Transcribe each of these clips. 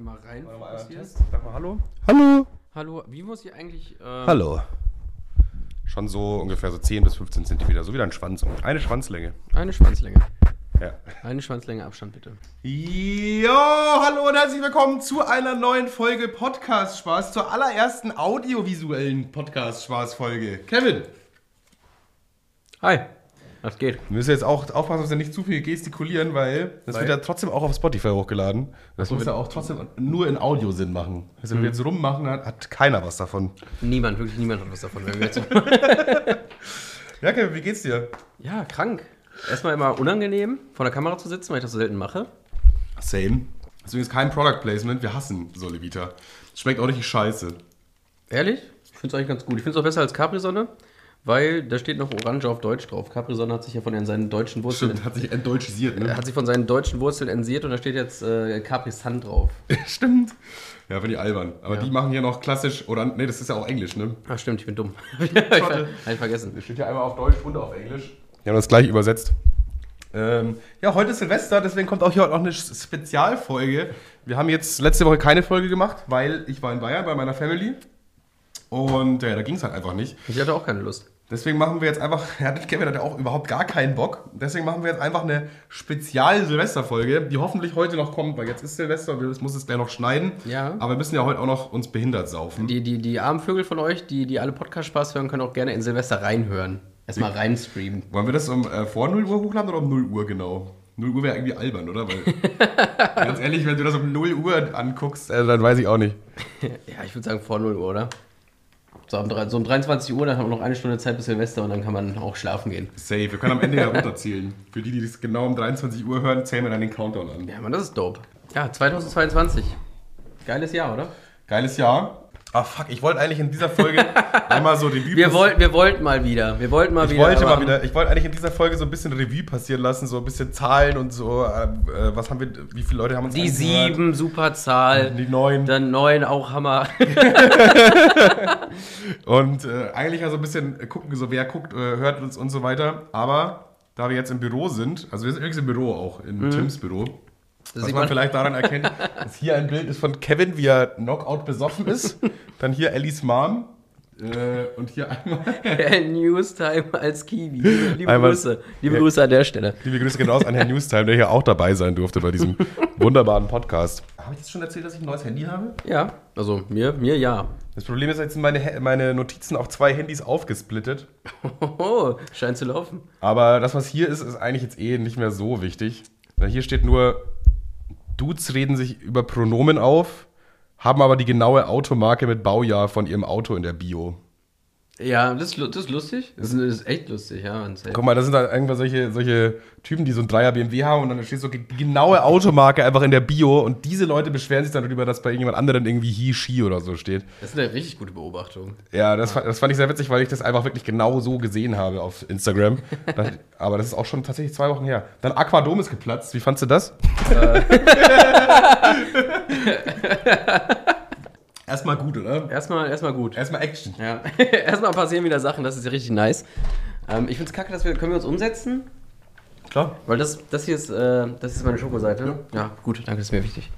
mal rein Warte mal, einmal fokussierst. Test. Sag mal Hallo. Hallo. Hallo, wie muss ich eigentlich. ähm, Hallo. Schon so ungefähr so 10 bis 15 Zentimeter, so wieder ein Schwanz. Eine Schwanzlänge. Eine Schwanzlänge. Ja. Eine Schwanzlänge Abstand bitte. Jo, hallo und herzlich willkommen zu einer neuen Folge Podcast Spaß, zur allerersten audiovisuellen Podcast Spaß Folge. Kevin, Hi. Was geht? wir müssen jetzt auch aufpassen, dass wir nicht zu viel gestikulieren, weil das Weil- wird ja trotzdem auch auf Spotify hochgeladen. Das muss wird- ja auch trotzdem nur in Audio Sinn machen. Also wenn wir jetzt rummachen, hat, hat keiner was davon. Niemand, wirklich niemand hat was davon. Wenn wir jetzt Ja, Kevin, wie geht's dir? ja, krank. Erstmal immer unangenehm, vor der Kamera zu sitzen, weil ich das so selten mache. Same. Deswegen ist kein Product Placement. Wir hassen Solevita. Schmeckt auch richtig scheiße. Ehrlich? Ich finde es eigentlich ganz gut. Ich finde es auch besser als Capri-Sonne, weil da steht noch Orange auf Deutsch drauf. Capri-Sonne hat sich ja von den- seinen deutschen Wurzeln. Stimmt, hat sich entdeutschisiert, Er ne? hat sich von seinen deutschen Wurzeln entsiert und da steht jetzt äh, Capri Sun drauf. Stimmt. Ja, finde ich albern. Aber Ja. die machen hier noch klassisch, oder, nee, das ist ja auch Englisch, ne? Ach stimmt, ich bin dumm. ich ver- Schotte. hab ich vergessen. Das steht ja einmal auf Deutsch und auf Englisch. Die haben das gleich übersetzt. Ähm, ja, heute ist Silvester, deswegen kommt auch hier heute noch eine S- Spezialfolge. Wir haben jetzt letzte Woche keine Folge gemacht, weil ich war in Bayern bei meiner Family. Und ja, da ging es halt einfach nicht. Ich hatte auch keine Lust. Deswegen machen wir jetzt einfach, ja, das Kevin hat ja auch überhaupt gar keinen Bock. Deswegen machen wir jetzt einfach eine Spezial-Silvester-Folge, die hoffentlich heute noch kommt, weil jetzt ist Silvester, wir müssen es gleich noch schneiden. Ja. Aber wir müssen ja heute auch noch uns behindert saufen. Die, die, die armen Vögel von euch, die, die alle Podcast-Spaß hören, können auch gerne in Silvester reinhören. Erstmal reinstreamen. Wollen wir das um äh, vor 0 Uhr hochladen oder um 0 Uhr genau? 0 Uhr wäre irgendwie albern, oder? Weil, ganz ehrlich, wenn du das um 0 Uhr anguckst, äh, dann weiß ich auch nicht. Ja, ich würde sagen vor 0 Uhr, oder? So, am, drei- so um 23 Uhr, dann haben wir noch eine Stunde Zeit bis Silvester und dann kann man auch schlafen gehen. Safe, wir können am Ende ja runterzählen. Für die, die das genau um 23 Uhr hören, zählen wir dann den Countdown an. Ja, Mann, das ist dope. Ja, 2022. Geiles Jahr, oder? Geiles Jahr. Ah, fuck, ich wollte eigentlich in dieser Folge einmal so Revue Wir, wollten, wir wollten mal wieder. Wir wollten mal Ich wieder. wollte aber mal wieder, ich wollte eigentlich in dieser Folge so ein bisschen Revue passieren lassen, so ein bisschen Zahlen und so. äh, äh, was haben wir, wie viele Leute haben uns Die angehört? sieben, super Zahl. die neun. Dann neun, auch Hammer. Und äh, eigentlich also ein bisschen gucken, so wer guckt, äh, hört uns und so weiter. Aber da wir jetzt im Büro sind, also wir sind übrigens im Büro auch, in Mhm. Tims Büro. Was sieht man man- vielleicht daran erkennt, dass hier ein Bild ist von Kevin, wie er Knockout besoffen ist. Dann hier Ellies Mom. Äh, und hier einmal Newstime als Kiwi. Liebe Einmal- Grüße. Liebe Grüße an der Stelle. Liebe Grüße gehen raus an Herrn Newstime, der hier auch dabei sein durfte bei diesem wunderbaren Podcast. Habe ich jetzt schon erzählt, dass ich ein neues Handy habe? Ja, also mir, mir ja. Das Problem ist, jetzt sind meine, He- meine Notizen auf zwei Handys aufgesplittet. Hoho, scheint zu laufen. Aber das, was hier ist, ist eigentlich jetzt eh nicht mehr so wichtig. Weil hier steht nur, Dudes reden sich über Pronomen auf, haben aber die genaue Automarke mit Baujahr von ihrem Auto in der Bio. Ja, das ist, lu- das ist lustig. Das ist, das ist echt lustig, ja. Mann. Guck mal, das sind da irgendwann solche, solche Typen, die so ein Dreier BMW haben und dann steht so die genaue Automarke einfach in der Bio und diese Leute beschweren sich dann darüber, dass bei irgendjemand anderen irgendwie he, she oder so steht. Das ist eine richtig gute Beobachtung. Ja, das, fa- das fand ich sehr witzig, weil ich das einfach wirklich genau so gesehen habe auf Instagram. Das, aber das ist auch schon tatsächlich zwei Wochen her. Dann Aquadom ist geplatzt. Wie fandst du das? Äh. Erstmal gut, oder? Erstmal, erstmal gut. Erstmal Action. Ja. erstmal passieren wieder Sachen, das ist ja richtig nice. Ähm, ich find's kacke, dass wir. Können wir uns umsetzen? Klar. Weil das, das hier ist, äh, das ist meine Schokoseite. ne? Ja. gut, danke, das ist mir wichtig.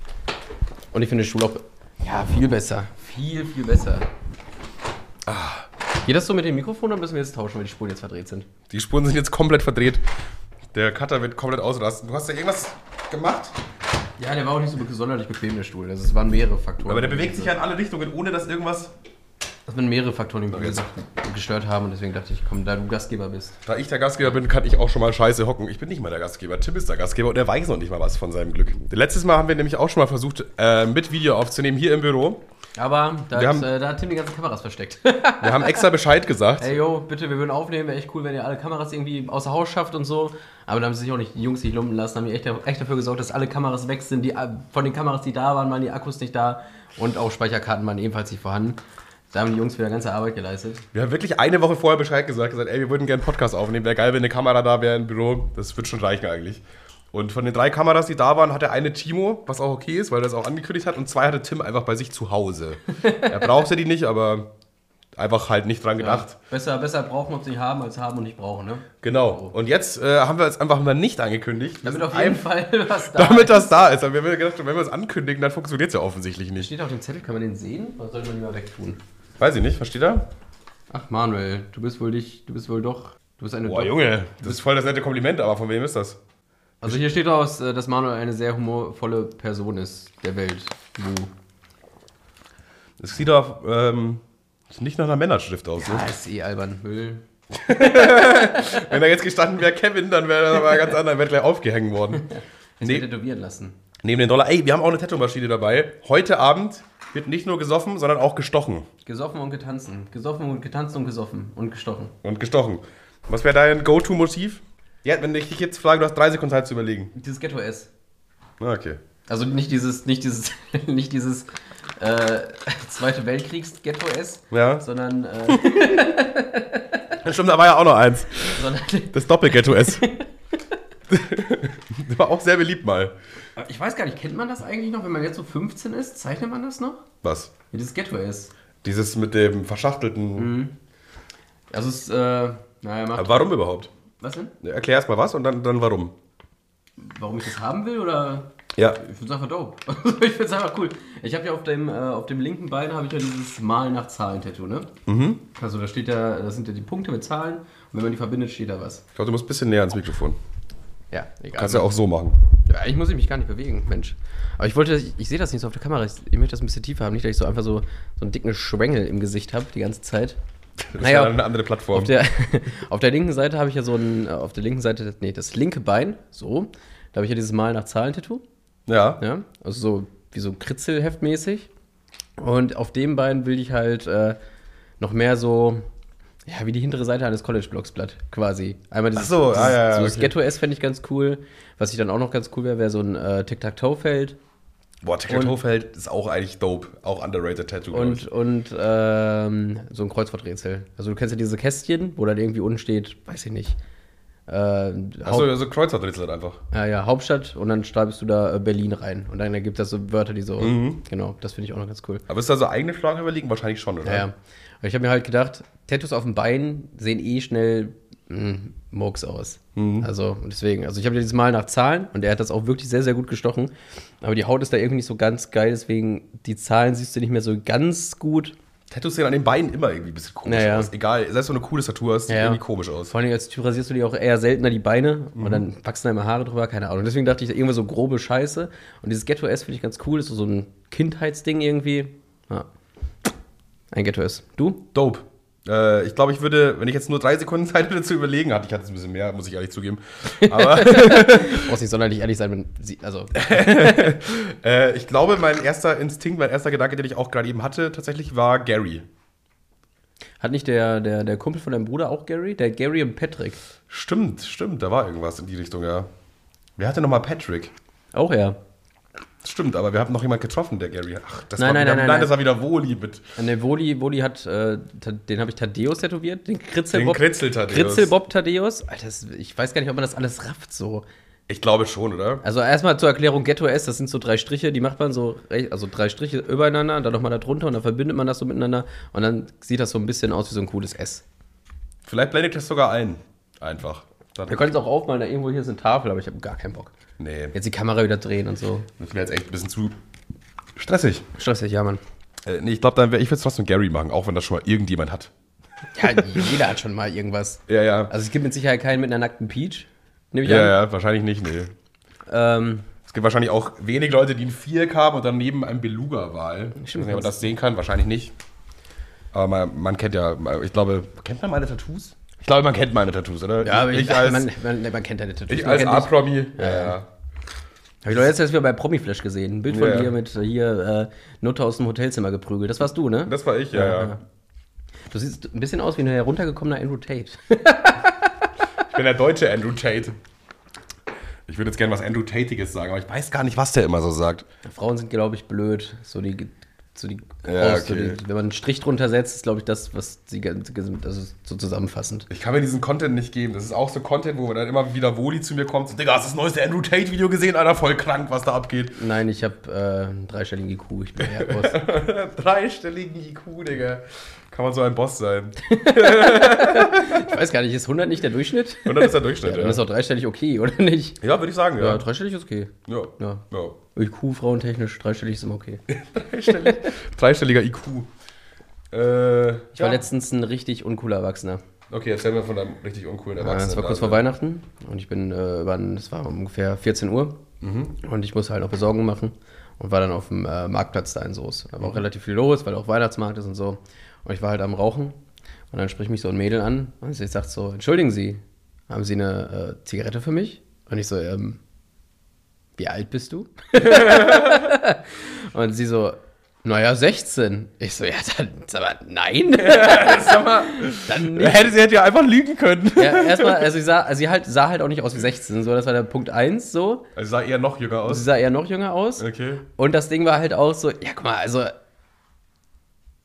Und ich finde Schulauf. Ja, viel besser. Viel, viel besser. Ah. Geht das so mit dem Mikrofon oder müssen wir jetzt tauschen, weil die Spulen jetzt verdreht sind? Die Spuren sind jetzt komplett verdreht. Der Cutter wird komplett ausrasten. Du hast ja irgendwas gemacht, Ja, der war auch nicht so be- sonderlich bequem, der Stuhl. Das ist- waren mehrere Faktoren. aber der bewegt sich ja in alle Richtungen, ohne dass irgendwas. Das waren mehrere Faktoren, die mich jetzt- gesagt- gestört haben und deswegen dachte ich, komm, da du Gastgeber bist. Da ich der Gastgeber bin, kann ich auch schon mal scheiße hocken. Ich bin nicht mal der Gastgeber. Tim ist der Gastgeber und er weiß noch nicht mal was von seinem Glück. Letztes Mal haben wir nämlich auch schon mal versucht, äh, mit Video aufzunehmen hier im Büro. Aber da, Wir hat, haben- äh, da hat Tim die ganzen Kameras versteckt. Wir haben extra Bescheid gesagt. Ey, yo, bitte, wir würden aufnehmen. Wäre echt cool, wenn ihr alle Kameras irgendwie außer Haus schafft und so. Aber da haben sie sich auch nicht, die Jungs sich lumpen lassen. Haben die echt, echt dafür gesorgt, dass alle Kameras weg sind. Die, äh, von den Kameras, die da waren, waren die Akkus nicht da. Und auch Speicherkarten waren ebenfalls nicht vorhanden. Da haben die Jungs wieder ganze Arbeit geleistet. Wir haben wirklich eine Woche vorher Bescheid gesagt, gesagt, ey, wir würden gerne einen Podcast aufnehmen. Wäre geil, wenn eine Kamera da wäre im Büro. Das wird schon reichen eigentlich. Und von den drei Kameras, die da waren, hatte eine Timo, was auch okay ist, weil er das auch angekündigt hat. Und zwei hatte Tim einfach bei sich zu Hause. Er brauchte die nicht, aber einfach halt nicht dran gedacht. Besser, besser brauchen, ob sie nicht haben, als haben und nicht brauchen, ne? Genau. Und jetzt äh, haben wir es einfach mal nicht angekündigt. Damit Wir auf jeden ein- Fall was da damit das da ist. Aber wir haben ja gedacht, wenn wir es ankündigen, dann funktioniert es ja offensichtlich nicht. Steht auf dem Zettel, kann man den sehen? Oder sollte man ihn mal wegtun? Weiß ich nicht, versteht er? Ach, Manuel, du bist wohl dich, du bist wohl doch, du bist eine Boah, Junge, das ist voll das nette Kompliment, aber von wem ist das? Also hier steht aus, äh, dass Manuel eine sehr humorvolle Person ist der Welt. ne? Wuh. Das sieht doch ähm, nicht nach einer Männerschrift aus. Ne? Ah, ist eh albern. Müll. Wenn da jetzt gestanden wäre Kevin, dann wäre das aber ganz anders, wäre gleich aufgehängt worden. Jetzt Nee. wird tätowieren lassen. Neben den Dollar. Ey, wir haben auch eine Tattoo-Maschine dabei. Heute Abend wird nicht nur gesoffen, sondern auch gestochen. Gesoffen und getanzen. Gesoffen und getanzt und gesoffen und gestochen. Und gestochen. Was wäre dein Go-To-Motiv? Ja, wenn ich dich jetzt frage, du hast drei Sekunden Zeit zu überlegen. Dieses Ghetto-S. Na, Okay. Also nicht dieses, nicht dieses, nicht dieses äh, Zweite Weltkriegs-Ghetto-S, Ja. sondern, äh, Stimmt, da war ja auch noch eins. sondern. Das Doppelghetto-S. das war auch sehr beliebt mal. Ich weiß gar nicht, kennt man das eigentlich noch, wenn man jetzt so 15 ist? Zeichnet man das noch? Was? Ja, dieses Ghetto-S. Dieses mit dem verschachtelten. Mhm. Also es, äh, naja, macht. Aber Warum überhaupt? Was denn? Erklär erst mal was und dann, dann warum. Warum ich das haben will oder? Ja. Ich find's einfach dope. Also ich find's einfach cool. Ich habe ja auf dem, äh, auf dem linken Bein habe ich ja dieses Mal nach Zahlen-Tattoo, ne? Mhm. Also da steht ja, das sind ja die Punkte mit Zahlen und wenn man die verbindet, steht da was. Ich glaube, du musst ein bisschen näher ans Mikrofon. Ja, egal. Kannst ja auch so machen. Ja, eigentlich muss ich mich gar nicht bewegen, Mensch. Aber ich wollte, ich, ich sehe das nicht so auf der Kamera, ich, ich möchte das ein bisschen tiefer haben, nicht, dass ich so einfach so, so einen dicken Schwengel im Gesicht habe die ganze Zeit. Das Naja, ist ja eine andere Plattform. Auf der, auf der linken Seite habe ich ja so ein, äh, auf der linken Seite, nee, das linke Bein, so. Da habe ich ja dieses Mal nach Zahlen-Tattoo, ja. ja. Also so, wie so Kritzelheftmäßig. Und auf dem Bein will ich halt äh, noch mehr so, ja, wie die hintere Seite eines College-Blocks-Blatt quasi. Einmal dieses, Ach so, dieses, ah, ja, ja, so das okay. Ghetto-S fände ich ganz cool. Was ich dann auch noch ganz cool wäre, wäre so ein äh, Tic-Tac-Toe-Feld. Boah, Ticket Und- Hofeld ist auch eigentlich dope. Auch underrated Tattoo. glaub ich. Und, und ähm, so ein Kreuzworträtsel. Also du kennst ja diese Kästchen, wo dann irgendwie unten steht, weiß ich nicht. Äh, Achso, Haupt- ja, so Kreuzworträtsel halt einfach. ja, ja, Hauptstadt und dann schreibst du da äh, Berlin rein. Und dann ergibt das so Wörter, die so. Mhm. Genau, das finde ich auch noch ganz cool. Aber ist da so eigene Fragen überlegen? Wahrscheinlich schon, oder? Ja, ja. Und ich habe mir halt gedacht, Tattoos auf dem Bein sehen eh schnell mh, Murks aus. Also und deswegen, also ich habe ja dieses Mal nach Zahlen und er hat das auch wirklich sehr, sehr gut gestochen. Aber die Haut ist da irgendwie nicht so ganz geil, deswegen die Zahlen siehst du nicht mehr so ganz gut. Tattoos sehen an den Beinen immer irgendwie ein bisschen komisch Naja. aus. Egal, selbst wenn du eine coole Tattoo hast, sieht Ja, ja. irgendwie komisch aus. Vor allem als Typ rasierst du dir auch eher seltener die Beine und dann wachsen da immer Haare drüber, keine Ahnung. Deswegen dachte ich, irgendwie so grobe Scheiße. Und dieses Ghetto-S finde ich ganz cool, ist so, so ein Kindheitsding irgendwie. Ja. Ein Ghetto-S. Du? Dope. Äh, ich glaube, ich würde, wenn ich jetzt nur drei Sekunden Zeit hätte zu überlegen, hatte ich hatte es ein bisschen mehr, muss ich ehrlich zugeben. Aber Brauchst nicht sonderlich ehrlich sein, wenn sie, also, äh, ich glaube, mein erster Instinkt, mein erster Gedanke, den ich auch gerade eben hatte, tatsächlich war Gary. hat nicht der, der, der Kumpel von deinem Bruder auch Gary? Der Gary und Patrick. Stimmt, stimmt, da war irgendwas in die Richtung, ja. Wer hatte nochmal Patrick? Auch er. Stimmt, aber wir haben noch jemanden getroffen, der Gary. Ach, das Nein, war nein, wieder, nein, nein, das war wieder Woli mit Ne, Woli, Woli hat, äh, Ta- den habe ich Tadeus tätowiert, den Kritzelbob. Kritzel Tadeus. Kritzelbob Tadeus. Alter, das, ich weiß gar nicht, ob man das alles rafft so. Ich glaube schon, oder? Also erstmal zur Erklärung Ghetto S, das sind so drei Striche, die macht man so, rech- also drei Striche übereinander, dann nochmal da drunter und dann verbindet man das so miteinander und dann sieht das so ein bisschen aus wie so ein cooles S. Vielleicht blendet das sogar ein. Einfach. Wir können es auch aufmalen, da irgendwo hier ist eine Tafel, aber ich habe gar keinen Bock. Nee, Jetzt die Kamera wieder drehen und so. das wäre jetzt echt ein bisschen zu stressig. Stressig, ja, Mann. Äh, nee, ich glaube, dann wär, ich würde es trotzdem Gary machen, auch wenn das schon mal irgendjemand hat. Ja, jeder hat schon mal irgendwas. Ja, ja. Also es gibt mit Sicherheit keinen mit einer nackten Peach, nehme ich Ähm, ja, ja, wahrscheinlich nicht, nee. an. Es gibt wahrscheinlich auch wenig Leute, die ein Viereck haben und daneben ein Beluga-Wal. Ich weiß nicht, ob man das sehen kann, wahrscheinlich nicht. Aber man, man kennt ja, ich glaube, kennt man meine Tattoos? Ich glaube, man kennt meine Tattoos, oder? Ja, aber ich, als, man, man, man kennt deine Tattoos. ich man als kennt dich. A-Promi. Ja, ja. Hab ich doch letztes wieder bei Promiflash gesehen. Ein Bild von Ja. dir mit äh, hier äh, Nutte aus dem Hotelzimmer geprügelt. Das warst du, ne? Das war ich, ja, ja. Du siehst ein bisschen aus wie ein heruntergekommener Andrew Tate. Ich bin der deutsche Andrew Tate. Ich würde jetzt gerne was Andrew Tateiges sagen, aber ich weiß gar nicht, was der immer so sagt. Frauen sind, glaube ich, blöd. So die So die, Ja, groß, so okay. die, wenn man einen Strich drunter setzt, ist glaube ich das, was sie ganz- also so zusammenfassend. Ich kann mir diesen Content nicht geben. Das ist auch so Content, wo dann immer wieder Woli zu mir kommt. So, Digga, hast du das neueste Andrew Tate-Video gesehen? Alter, voll krank, was da abgeht. Nein, ich habe äh, einen dreistelligen IQ. Ich bin ja aus. Dreistelligen IQ, Digga. Kann man so ein Boss sein. Ich weiß gar nicht, ist 100 nicht der Durchschnitt? Und dann ist der Durchschnitt, Ja, ja. dann ist auch dreistellig okay, oder nicht? Ja, würde ich sagen, Ja, ja. dreistellig ist okay. Ja. Ja. ja. IQ, frauentechnisch, dreistellig ist immer okay. Ich Dreistellig, dreistelliger IQ. Äh, ich war letztens ein richtig uncooler Erwachsener. Okay, erzähl mir von deinem richtig uncoolen Ja, Erwachsenen. das war kurz vor Weihnachten und ich bin, äh, wann, es war ungefähr 14 Uhr und ich musste halt noch Besorgungen machen und war dann auf dem äh, Marktplatz da in Soos. Da war auch relativ viel los, weil auch Weihnachtsmarkt ist und so. Und ich war halt am Rauchen und dann spricht mich so ein Mädel an und sie sagt so, entschuldigen Sie, haben Sie eine äh, Zigarette für mich? Und ich so, ähm, wie alt bist du? und sie so, naja, 16. Ich so, ja, dann, sag mal, nein. Sag mal, Dann nicht. hätte sie hätte ja einfach lügen können. Ja, erstmal, also sie sah, also sie halt, sah halt auch nicht aus wie 16, so, das war der Punkt 1, so. Also sah eher noch jünger Sie aus. sah eher noch jünger aus. Okay. Und das Ding war halt auch so, ja, guck mal, also,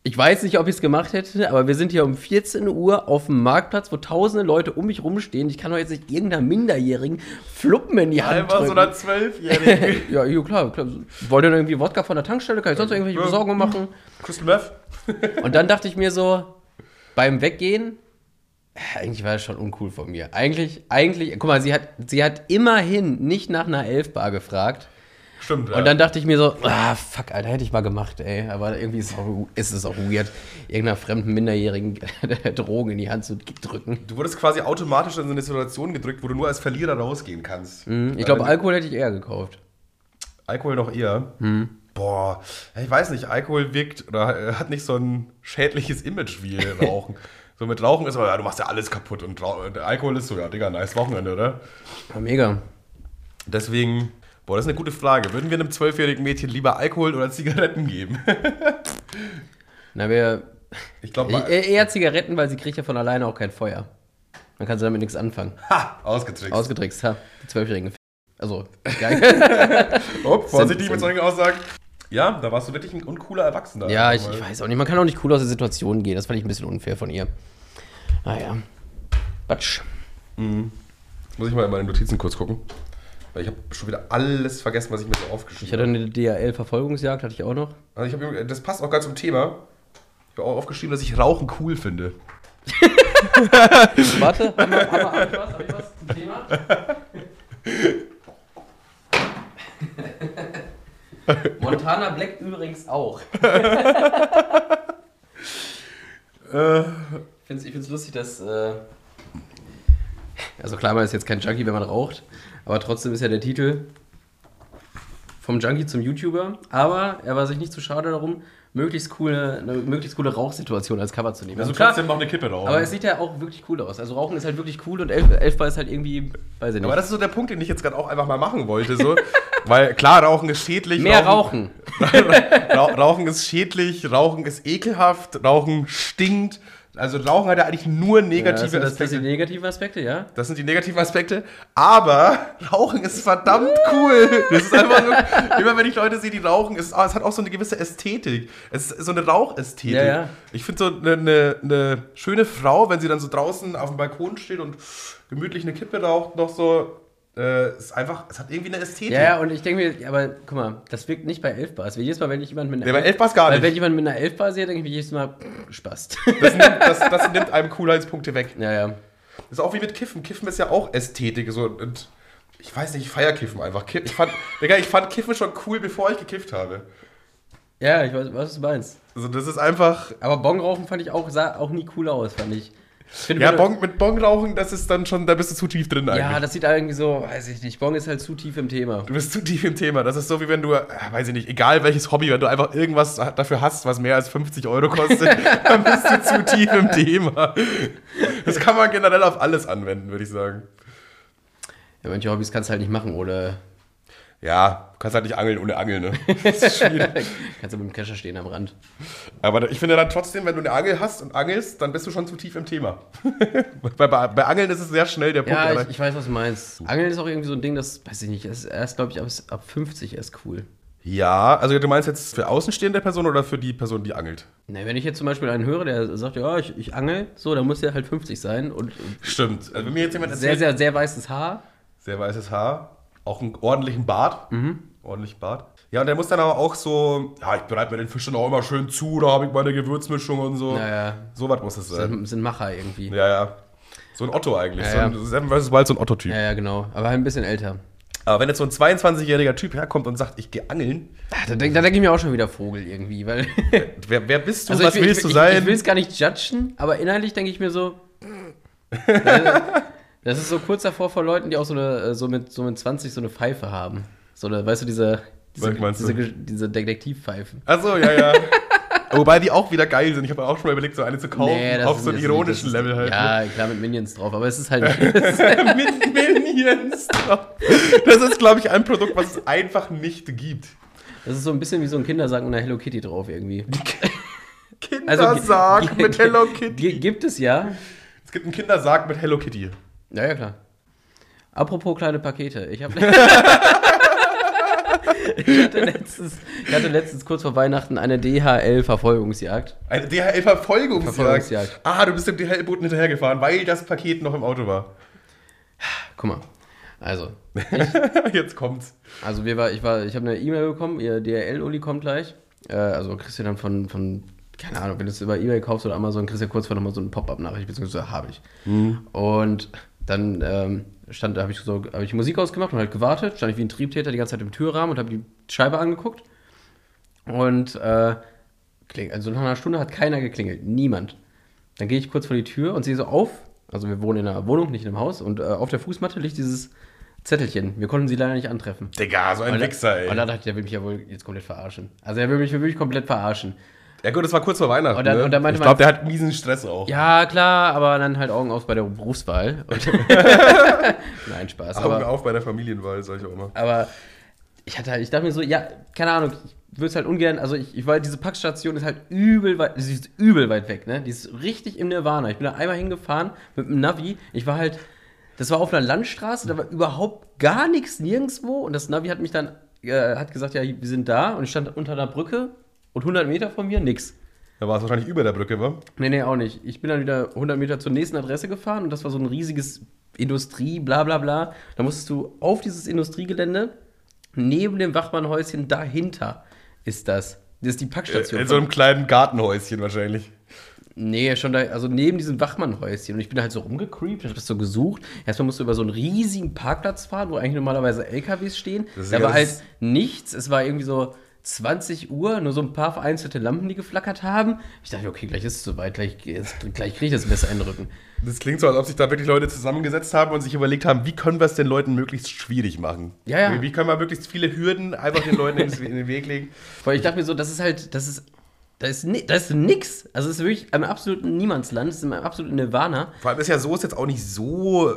ich weiß nicht, ob ich es gemacht hätte, aber wir sind hier um 14 Uhr auf dem Marktplatz, wo tausende Leute um mich rumstehen. Ich kann doch jetzt nicht irgendeiner Minderjährigen Fluppen in die Hand Einfach drücken. so einer Zwölfjährige. ja, ja, klar, klar. Wollt ihr denn irgendwie Wodka von der Tankstelle? Kann ich sonst noch irgendwelche Ja. Besorgungen machen? Crystal Meth? Und dann dachte ich mir so, beim Weggehen, äh, eigentlich war das schon uncool von mir. Eigentlich, eigentlich, guck mal, sie hat, sie hat immerhin nicht nach einer Elfbar gefragt. Stimmt, ja. Und dann dachte ich mir so, ah, fuck, Alter, hätte ich mal gemacht, ey. Aber irgendwie ist, es auch, ist es auch weird, irgendeiner fremden Minderjährigen Drogen in die Hand zu drücken. Du wurdest quasi automatisch in so eine Situation gedrückt, wo du nur als Verlierer rausgehen kannst. Mhm, Ich glaube, Weil Alkohol hätte ich eher gekauft. Alkohol noch eher. Mhm. Boah, ja, ich weiß nicht, Alkohol wirkt oder äh, hat nicht so ein schädliches Image wie Rauchen. so mit Rauchen ist aber, ja, du machst ja alles kaputt und Rau- und Alkohol ist so, ja, Digga, nice Wochenende, oder? Ja, Ah, Mega. Deswegen, boah, das ist eine gute Frage. Würden wir einem zwölfjährigen Mädchen lieber Alkohol oder Zigaretten geben? Na, wir, Ich glaube, e- eher Zigaretten, weil sie kriegt ja von alleine auch kein Feuer. Dann kannst du damit nichts anfangen. ha, ausgetrickst. Ausgetrickst, ha. Die Zwölfjährigen. Also, geil. Upp, vorsichtig Sind- mit solchen Aussagen. Ja, da warst du wirklich ein uncooler Erwachsener. Ja, ich, Also, ich weiß auch nicht. Man kann auch nicht cool aus der Situation gehen. Das fand ich ein bisschen unfair von ihr. Naja. Batsch. Muss ich mal in meine Notizen kurz gucken. Weil ich habe schon wieder alles vergessen, was ich mir so Ich aufgeschrieben hatte habe. eine DHL-Verfolgungsjagd, hatte ich auch noch. Also ich hab, irgendwie- das passt auch ganz zum Thema. Ich habe auch aufgeschrieben, dass ich Rauchen cool also finde. Warte, haben wir, haben wir, haben wir was? Hab ich was zum Thema? Montana Black übrigens auch. Ich finde es lustig, dass. Äh also, klar, man ist jetzt kein Junkie, wenn man raucht. Aber trotzdem ist ja der Titel vom Junkie zum YouTuber. Aber er war sich nicht zu schade darum, möglichst coole, eine möglichst coole Rauchsituation als Cover zu nehmen. Also, klar, noch eine Kippe rauchen. aber es sieht ja auch wirklich cool aus. Also Rauchen ist halt wirklich cool und Elf Elfbar ist halt irgendwie, weiß ich nicht. Aber das ist so der Punkt, den ich jetzt gerade auch einfach mal machen wollte. So. Weil klar, Rauchen ist schädlich. Mehr rauchen. Ra Rauchen ist schädlich, Rauchen ist ekelhaft, Rauchen stinkt. Also Rauchen hat ja eigentlich nur das, negative sind, das, das sind Aspekte. die negativen Aspekte, ja? Das sind die negativen Aspekte. Aber Rauchen ist verdammt cool. Das ist einfach so, immer wenn ich Leute sehe, die rauchen, ist, ah, es hat auch so eine gewisse Ästhetik. Es ist so eine Rauchästhetik. Ja, ja. Ich finde so eine, eine, eine schöne Frau, wenn sie dann so draußen auf dem Balkon steht und gemütlich eine Kippe raucht, noch so. Äh, ist einfach, es hat irgendwie eine Ästhetik. Ja, ja, und ich denke mir, aber guck mal, das wirkt nicht bei Elfbar. Es wird jedes Mal, wenn ich jemanden mit Nee, einer bei Elf war's gar weil, nicht. wenn jemand mit einer Elfbar sehe, denke ich mir jedes Mal, pff, Spaß. Das nimmt, das, das nimmt einem Coolheitspunkte weg. ja, ja. Das ist auch wie mit Kiffen. Kiffen ist ja auch Ästhetik. So, und- und ich weiß nicht, ich feier Kiffen einfach. Kiff- Ich fand, Digga, ich fand Kiffen schon cool, bevor ich gekifft habe. Ja, ich weiß, was du meinst. Also das ist einfach. Aber Bong rauchen fand ich auch, sah auch nie cool aus, fand ich. ich finde, Ja, wenn du- Bong, mit Bong rauchen, das ist dann schon, da bist du zu tief drin eigentlich. Ja, das sieht irgendwie so, weiß ich nicht. Bong ist halt zu tief im Thema. du bist zu tief im Thema. Das ist so, wie wenn du, äh, weiß ich nicht, egal welches Hobby, wenn du einfach irgendwas dafür hast, was mehr als 50 Euro kostet, dann bist du zu tief im Thema. Das kann man generell auf alles anwenden, würde ich sagen. Ja, manche Hobbys kannst du halt nicht machen oder Ja, du kannst halt nicht angeln ohne Angeln, ne? Das ist schwierig. kannst du mit dem Kescher stehen am Rand. Aber ich finde dann trotzdem, wenn du eine Angel hast und angelst, dann bist du schon zu tief im Thema. bei, bei, bei Angeln ist es sehr schnell der Punkt. Ja, aber- ich, ich weiß, was du meinst. Angeln ist auch irgendwie so ein Ding, das, weiß ich nicht, ist erst, glaube ich, ab, ab 50 erst cool. Ja, also du meinst jetzt für außenstehende Person oder für die Person, die angelt? Na, wenn ich jetzt zum Beispiel einen höre, der sagt, ja, ich, ich angel, so, dann muss der halt 50 sein und Stimmt. Also wenn mir jetzt jemand sehr, sehr, sehr Mhm. weißes Haar. sehr weißes Haar, auch einen ordentlichen Bart. Ordentlichen Bart. Ja, und der muss dann aber auch so, ja, ich bereite mir den Fisch dann auch immer schön zu, da habe ich meine Gewürzmischung und so. Naja, So was muss es sein. sind, sind Macher irgendwie. Ja. Ja, ja. So ein Otto eigentlich. Ja, so ein ja. Seven vs. Wild, so ein Otto-Typ. ja, genau. Aber halt ein bisschen älter. Aber wenn jetzt so ein 22-jähriger Typ herkommt und sagt, ich gehe angeln, Ah, Da denke da denk ich mir auch schon wieder Vogel irgendwie, weil. wer, wer bist du, Also was ich will- willst ich, du ich, sein? Ich will es gar nicht judgen, aber inhaltlich denke ich mir so. das ist so kurz davor vor Leuten, die auch so eine, äh, so mit, so mit 20 so eine Pfeife haben. So eine, weißt du, diese, diese, Was meinst diese, du? Ge- diese Detektivpfeifen. Achso, ja, ja. Wobei die auch wieder geil sind. Ich habe auch schon mal überlegt, so eine zu kaufen. das auf ist- so einem das ist- ironischen das ist- Level halt. Ja, klar, mit Minions drauf, aber es ist halt. es- ne? Mit Minions drauf. Das ist, glaube ich, ein Produkt, was es einfach nicht gibt. das ist so ein bisschen wie so ein Kindersack mit einer Hello Kitty drauf irgendwie. Kindersarg gi- mit gi- Hello Gi- Kitty. Gibt es ja. Es gibt einen Kindersarg mit Hello Kitty. Ja, ja, klar. Apropos kleine Pakete. Ich, hab, ich, hatte letztens, ich hatte letztens kurz vor Weihnachten eine DHL-Verfolgungsjagd. Eine DHL-Verfolgungsjagd. Verfolgungsjagd. Ah, du bist dem DHL-Boten hinterhergefahren, weil das Paket noch im Auto war. Guck mal. Also, Jetzt kommt's. also wir war, ich war, ich habe eine E-Mail bekommen, ihr DHL-Uli kommt gleich. Äh, also kriegst du dann von, von, keine Ahnung, wenn du es über Ebay kaufst oder Amazon, kriegst du ja kurz vor nochmal so eine Pop-Up-Nachricht, beziehungsweise habe ich. Und dann ähm, stand, habe ich so, habe ich Musik ausgemacht und halt gewartet, stand ich wie ein Triebtäter die ganze Zeit im Türrahmen und habe die Scheibe angeguckt. Und äh, kling, also nach einer Stunde hat keiner geklingelt. Niemand. Dann gehe ich kurz vor die Tür und sehe so auf. Also wir wohnen in einer Wohnung, nicht in einem Haus. Und äh, auf der Fußmatte liegt dieses Zettelchen. Wir konnten sie leider nicht antreffen. Digga, so ein Wichser, Und ey. dann dachte ich, der will mich ja wohl jetzt komplett verarschen. Also er will mich wirklich komplett verarschen. Ja gut, das war kurz vor Weihnachten. Und dann- ne? und dann meinte ich glaube, man- der hat miesen Stress auch. Ja, klar, aber dann halt Augen auf bei der Berufswahl. Und Nein, Spaß. Augen Aber, auf bei der Familienwahl, sag ich auch immer. aber ich hatte halt, ich dachte mir so, ja, keine Ahnung, ich würde es halt ungern, also ich, ich war, diese Packstation ist halt übel weit, sie ist übel weit weg, ne? Die ist richtig im Nirvana. Ich bin da einmal hingefahren mit dem Navi. Ich war halt, das war auf einer Landstraße, da war überhaupt gar nichts nirgendwo und das Navi hat mich dann, äh, hat gesagt, ja, wir sind da und ich stand unter einer Brücke und 100 Meter von mir nix. Da war es wahrscheinlich über der Brücke, wa? Nee, nee, auch nicht. Ich bin dann wieder 100 Meter zur nächsten Adresse gefahren und das war so ein riesiges Industrie, bla bla bla. Da musstest du auf dieses Industriegelände, neben dem Wachmannhäuschen dahinter ist das. Das ist die Packstation. In Äh, so einem kleinen Gartenhäuschen wahrscheinlich. nee, schon da, also neben diesem Wachmannhäuschen. Und ich bin halt so rumgecreept, hab das so gesucht. Erstmal musst du über so einen riesigen Parkplatz fahren, wo eigentlich normalerweise LKWs stehen. Das ist Da ja- war das ist- halt nichts. Es war irgendwie so 20 Uhr, nur so ein paar vereinzelte Lampen, die geflackert haben. Ich dachte, okay, gleich ist es soweit, gleich, jetzt, gleich kriege ich das Messer in den Rücken. Das klingt so, als ob sich da wirklich Leute zusammengesetzt haben und sich überlegt haben, wie können wir es den Leuten möglichst schwierig machen? Ja, ja. Wie, wie können wir möglichst viele Hürden einfach den Leuten in den- in den Weg legen? Weil ich dachte mir so, das ist halt, das ist, da ist, ni- da ist nix. Also es ist wirklich im absoluten Niemandsland, es ist im absoluten Nirvana. Vor allem ist ja so, ist jetzt auch nicht so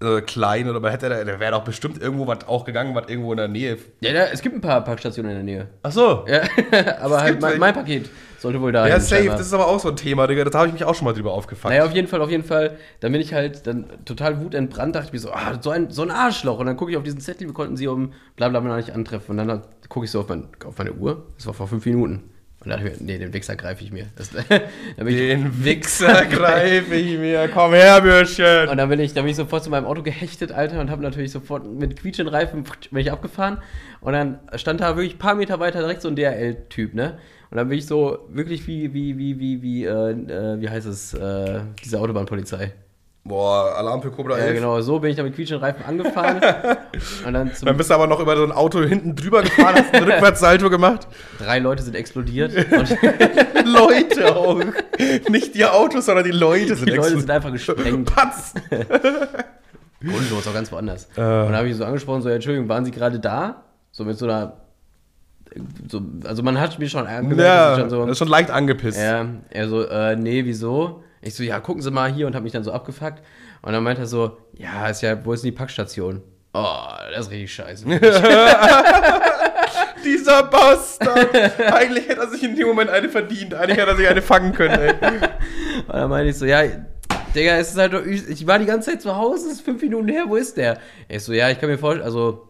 äh, klein oder man hätte da, da wäre doch bestimmt irgendwo was auch gegangen, was irgendwo in der Nähe. Ja, da, es gibt ein paar Parkstationen in der Nähe. Ach so. Ja, Ja, aber halt gibt mein, welche. mein Paket sollte wohl da ja safe, das ist aber auch so ein Thema, Digga. Das habe ich mich auch schon mal drüber aufgefuckt. Naja, auf jeden Fall, auf jeden Fall. Dann bin ich halt dann total wutentbrannt, dachte ich mir so, ah, so ein, so ein Arschloch. Und dann gucke ich auf diesen Zettel, wir konnten sie um bla bla bla nicht antreffen. Und dann hat- gucke ich so auf, mein, auf meine Uhr, das war vor fünf Minuten. Und dann dachte ich mir, nee, den Wichser greife ich mir. Das, dann bin ich den Wichser greife ich mir. Komm her, Bürschchen. Und dann bin ich, dann bin ich sofort zu meinem Auto gehechtet, Alter, und habe natürlich sofort mit quietschenden Reifen pfft, bin ich abgefahren. Und dann stand da wirklich ein paar Meter weiter direkt so ein DRL-Typ, ne? Und dann bin ich so wirklich wie, wie, wie, wie, wie, äh, äh, wie heißt es, äh, diese Autobahnpolizei. Boah, Alarm für Cobra 11. Ja, genau, so bin ich dann mit quietschenden Reifen angefahren. und dann Dann zum, bist du aber noch über so ein Auto hinten drüber gefahren, hast einen Rückwärtssalto gemacht. drei Leute sind explodiert. Und Leute auch. Nicht die Autos, sondern die Leute sind die Leute sind explodiert. einfach gesprengt. Patz! grundlos, auch ganz woanders. Äh. Und dann habe ich so angesprochen, so, ja, Entschuldigung, waren Sie gerade da? So mit so einer, so, also man hat mir schon angemerkt, dass Ja, ich das schon so, ist Genau, schon leicht angepisst. Ja, er so, äh, nee, wieso? Ich so, ja, gucken Sie mal hier und hab mich dann so abgefuckt. Und dann meint er so, ja, ist ja, wo ist denn die Packstation? Oh, das ist richtig scheiße. Dieser Bastard! Eigentlich hätte er sich in dem Moment eine verdient. Eigentlich hätte er sich eine fangen können, ey. und dann meinte ich so, ja, Digga, es ist halt doch, ich ich war die ganze Zeit zu Hause, es ist fünf Minuten her, wo ist der? Ich so, ja, ich kann mir vorstellen, also,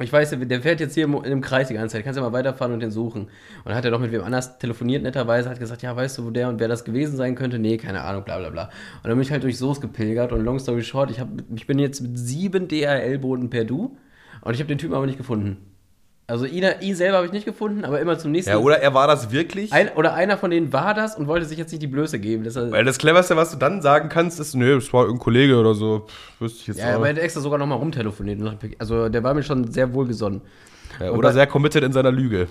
Ich weiß, der fährt jetzt hier im, im Kreis die ganze Zeit. Kannst ja mal weiterfahren und den suchen. Und dann hat er doch mit wem anders telefoniert, netterweise, hat gesagt, ja, weißt du, wo der und wer das gewesen sein könnte? Nee, keine Ahnung, bla bla bla. Und dann bin ich halt durch Soos gepilgert und long story short, ich, hab, ich bin jetzt mit sieben DHL-Boten per Du und ich habe den Typen aber nicht gefunden. Also ihn, ihn selber habe ich nicht gefunden, aber immer zum nächsten. Ja, oder er war das wirklich? Ein, oder einer von denen war das und wollte sich jetzt nicht die Blöße geben. Das Weil das Cleverste, was du dann sagen kannst, ist, nee, das war irgendein Kollege oder so. Pff, wüsste ich jetzt ja, auch. aber er hat extra sogar nochmal rumtelefoniert. Also der war mir schon sehr wohlgesonnen. Ja, oder sehr committed in seiner Lüge.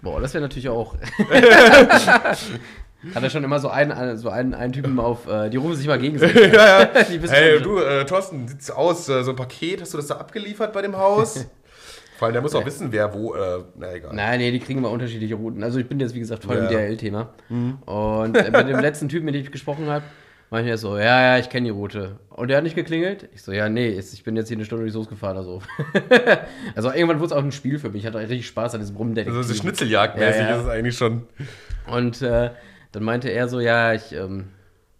Boah, das wäre natürlich auch. Hat er schon immer so einen, so einen, einen Typen auf, äh, die rufen sich mal gegenseitig. Ja, ja. Die wissen hey, schon- du, äh, Thorsten, sieht's aus? Äh, so ein Paket, hast du das da abgeliefert bei dem Haus? Vor allem, der muss auch wissen, wer wo, äh, na egal. Nein, nee, die kriegen mal unterschiedliche Routen. Also ich bin jetzt, wie gesagt, voll im Ja. Mhm. DRL-Thema. Und äh, mit dem letzten Typen, mit dem ich gesprochen habe, war ich mir so, ja, ja, ich kenne die Route. Und der hat nicht geklingelt. Ich so, ja, nee, ist- ich bin jetzt hier eine Stunde durch Soos gefahren oder so. also irgendwann wurde es auch ein Spiel für mich. Ich hatte richtig Spaß an diesem Rumdetektiv. Also so Schnitzeljagdmäßig Ja, ja. ist es eigentlich schon. Und äh, dann meinte er so, ja, ich, ähm,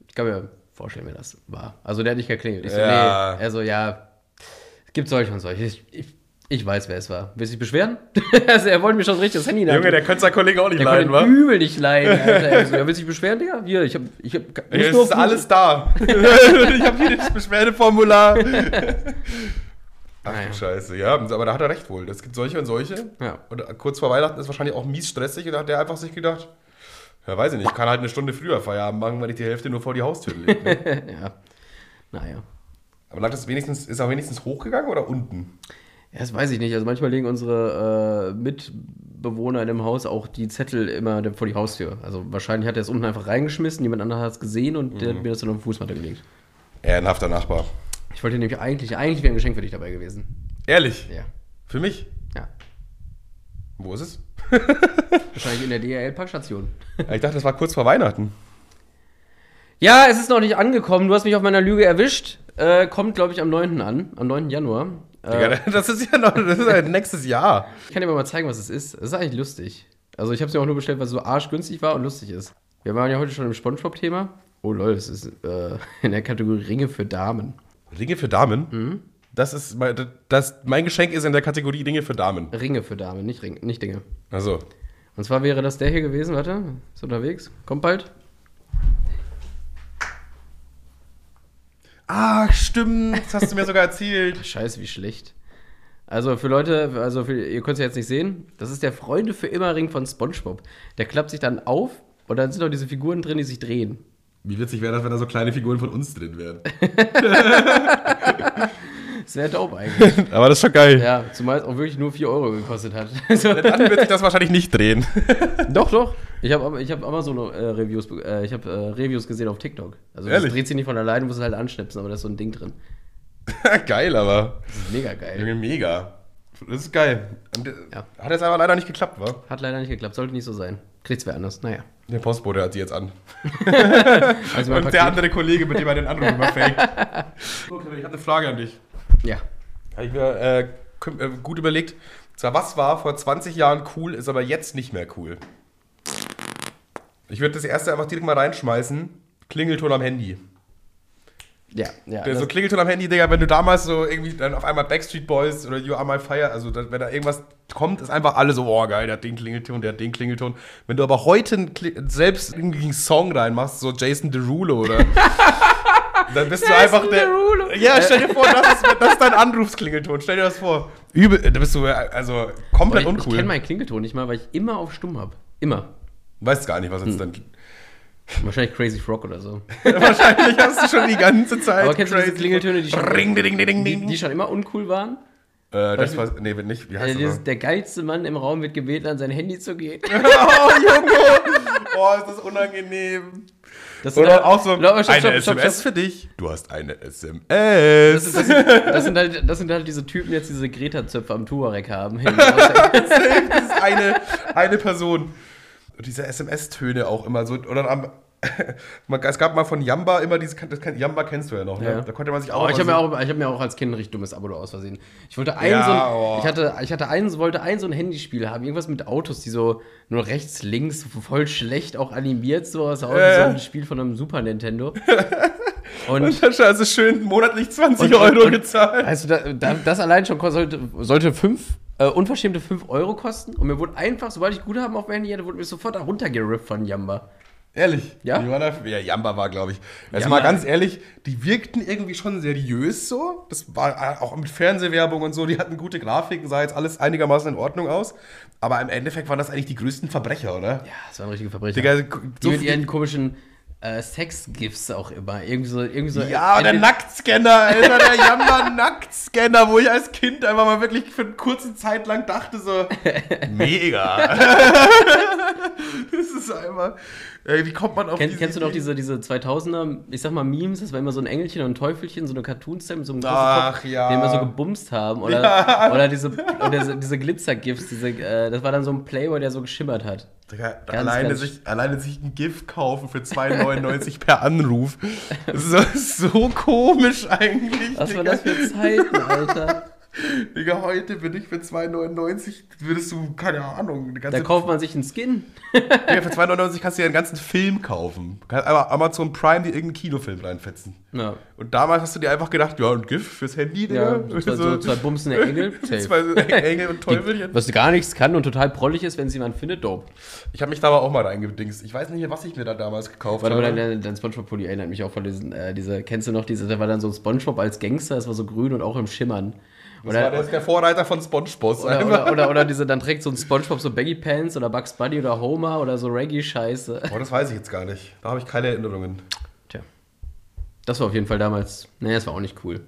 ich kann mir vorstellen, wer das war. Also der hat nicht geklingelt. Ich so, Ja. nee. Er so, ja, es gibt solche und solche. Ich, ich, ich weiß, wer es war. Willst du dich beschweren? also er wollte mir schon richtig das Handy Junge, der könnte sein Kollege auch nicht der leiden, konnte wa? übel nicht leiden. Alter. Er so, ja, willst du dich beschweren, Digga? Hier, ich hab, ich hab Hier nicht ist nur auf- alles da. ich habe hier das Beschwerdeformular. Ach Naja. du Scheiße, ja, aber da hat er recht wohl. Es gibt solche und solche. Ja. Und kurz vor Weihnachten ist wahrscheinlich auch mies stressig und da hat der einfach sich gedacht, ja, weiß ich nicht, ich kann halt eine Stunde früher Feierabend machen, weil ich die Hälfte nur vor die Haustür lege. Ne? Ja. Naja. Aber lag das wenigstens, ist auch wenigstens hochgegangen oder unten? Ja, das weiß ich nicht. Also manchmal legen unsere äh, Mitbewohner in dem Haus auch die Zettel immer dann vor die Haustür. Also wahrscheinlich hat er es unten einfach reingeschmissen, jemand anderes hat es gesehen und Mhm. der hat mir das dann auf die Fußmatte gelegt. Ehrenhafter Nachbar. Ich wollte nämlich eigentlich, eigentlich wäre ein Geschenk für dich dabei gewesen. Ehrlich? Ja. Für mich? Ja. Wo ist es? Wahrscheinlich in der DRL-Packstation. Ich dachte, das war kurz vor Weihnachten. Ja, es ist noch nicht angekommen. Du hast mich auf meiner Lüge erwischt. Äh, kommt, glaube ich, am 9. an. Am 9. Januar. Äh, Digga, das ist ja noch das ist ja nächstes Jahr. Ich kann dir aber mal zeigen, was es ist. Es ist eigentlich lustig. Also ich habe es mir auch nur bestellt, weil es so arschgünstig war und lustig ist. Wir waren ja heute schon im Spongebob-Thema. Oh lol, es ist äh, in der Kategorie Ringe für Damen. Ringe für Damen? Das ist mein, das, mein Geschenk ist in der Kategorie Ringe für Damen. Ringe für Damen, nicht, Ring, nicht Dinge. Also, Und zwar wäre das der hier gewesen, warte, ist unterwegs, kommt bald. ach Ah, stimmt, das hast du mir sogar erzählt. Scheiße, wie schlecht. Also für Leute, also für, ihr könnt es ja jetzt nicht sehen, das ist der Freunde für immer Ring von Spongebob. Der klappt sich dann auf und dann sind auch diese Figuren drin, die sich drehen. Wie witzig wäre das, wenn da so kleine Figuren von uns drin wären. Das wäre dope eigentlich. Aber das ist schon geil. ja, zumal es auch wirklich nur 4 Euro gekostet hat. Also- Dann wird sich das wahrscheinlich nicht drehen. Doch, doch. Ich habe ich hab Amazon-Reviews äh, ich hab, äh, Reviews gesehen auf TikTok. Also das Ehrlich? dreht sich nicht von alleine, muss es halt anschnipsen, aber da ist so ein Ding drin. geil, aber. Das ist mega geil. Junge, mega. Das ist geil. Und, äh, Ja. Hat jetzt aber leider nicht geklappt, wa? Hat leider nicht geklappt, sollte nicht so sein. Kriegt's wer anders, naja. Der Postbote hat sie jetzt an. Also mein Und Paket. der andere Kollege, mit dem er den Anruf immer faked. Okay, ich habe eine Frage an dich. Ja. Habe ich mir äh, küm- äh, gut überlegt. Zwar, was war vor 20 Jahren cool, ist aber jetzt nicht mehr cool. Ich würde das erste einfach direkt mal reinschmeißen. Klingelton am Handy. Ja, ja. Der das- so Klingelton am Handy, Digga, wenn du damals so irgendwie dann auf einmal Backstreet Boys oder You Are My Fire, also da- wenn da irgendwas kommt, ist einfach alle so, oh geil, der hat den Klingelton, der hat den Klingelton. Wenn du aber heute einen Kli- selbst irgendwie einen Song reinmachst, so Jason Derulo oder. dann bist du einfach der. Derulo. Ja, stell dir vor, das ist, das ist dein Anrufsklingelton, stell dir das vor. Übel, da bist du äh, also Boah, komplett Oh, ich ich uncool. kenne meinen Klingelton nicht mal, weil ich immer auf Stumm habe. Immer. weißt gar nicht, was Hm. jetzt dann. Wahrscheinlich Crazy Frog oder so. Wahrscheinlich hast du schon die ganze Zeit. Aber kennst du diese crazy- Klingeltöne, die schon- Ring, ding, ding, ding, Die, ding. die schon immer uncool waren. äh, das war. Nee, nicht. Wie heißt Also das? noch? dieses, der geilste Mann im Raum wird gebeten, an sein Handy zu gehen. Oh, Junge! Oh, ist das unangenehm. Das sind Oder halt- auch so, Leute, stopp, stopp, eine stopp, SMS stopp. für dich. Du hast eine SMS. Das, sind- das, sind halt, das sind halt diese Typen, die jetzt diese Greta-Zöpfe am Tuareg haben. Hinten raus. Das ist eine, eine Person. Und diese SMS-Töne auch immer so. Oder am, man, es gab mal von Jamba immer diese, das kenn- Jamba kennst du ja noch, ne? Ja. Da konnte man sich auch Oh, ich habe mir, mal so- auch- ich hab mir auch als Kind ein richtig dummes Abo aus Versehen. Ich wollte ein Ja, so ein, oh. ich hatte, ich hatte ein, wollte ein so ein Handyspiel haben, irgendwas mit Autos, die so nur rechts, links, voll schlecht auch animiert so aus, aus Äh. so ein Spiel von einem Super Nintendo. Und Das ist also schön monatlich 20 Und- und- Euro und- gezahlt. also da, da, das allein schon kostet- sollte, sollte fünf äh, unverschämte 5 Euro kosten und mir wurde einfach, sobald ich Guthaben auf mein Handy hatte, wurde mir sofort runtergerippt von Jamba. Ehrlich? Ja? Die waren da, ja, Jamba war, glaube ich. Also Jamba. mal ganz ehrlich, die wirkten irgendwie schon seriös so. Das war äh, auch mit Fernsehwerbung und so, die hatten gute Grafiken, sah jetzt alles einigermaßen in Ordnung aus. Aber im Endeffekt waren das eigentlich die größten Verbrecher, oder? Ja, das waren richtige Verbrecher. Digga, die so mit viel- ihren komischen äh, Sex-Gifts auch immer. Irgendwie so, irgendwie so ja, der entweder- Nacktscanner, Alter, der Jamba-Nacktscanner, wo ich als Kind einfach mal wirklich für eine kurze Zeit lang dachte so, mega. das ist einfach, äh, wie kommt man auf Kenn, diese kennst du noch Idee? diese, diese 2000er, ich sag mal Memes, das war immer so ein Engelchen und ein Teufelchen, so eine Cartoon-Stem mit so einem Ach, Kopf, ja. den wir so gebumst haben. Oder, oder diese, oder so- diese Glitzer-Gifts, diese, äh, das war dann so ein Playboy, der so geschimmert hat. Digga, Ganz, alleine, ganz- sich, alleine sich ein GIF kaufen für 2,99 per Anruf. Das ist so, so komisch eigentlich. Was waren Digga. das für Zeiten, Alter? Digga, heute bin ich für 2,99, würdest du, keine Ahnung, eine Da ganze, kauft man sich einen Skin. Digga, für 2,99 kannst du dir einen ganzen Film kaufen. Du kannst einfach Amazon Prime dir irgendeinen Kinofilm reinfetzen. Ja, Und damals hast du dir einfach gedacht, ja, ein GIF fürs Handy, ja Digga. so, zwei- so zwei bumsende Engel. Zwei Safe. so Engel und Teufelchen. Die, was gar nichts kann und total prollig ist, wenn es jemand findet, dope. Ich habe mich da aber auch mal reingedingst. Ich weiß nicht mehr, was ich mir da damals gekauft Warte mal, habe. dein, dein, dein Spongebob-Pulli erinnert mich auch von diesen, äh, diese, kennst du noch diese, da war dann so ein Spongebob als Gangster, das war so grün und auch im Schimmern. das war, der ist der Vorreiter von SpongeBob. Oder, oder, oder, oder diese, dann trägt so ein Spongebob so Baggy Pants oder Bugs Bunny oder Homer oder so Reggae-Scheiße. Boah, das weiß ich jetzt gar nicht. Da habe ich keine Erinnerungen. Tja. Das war auf jeden Fall damals. Nee, das war auch nicht cool.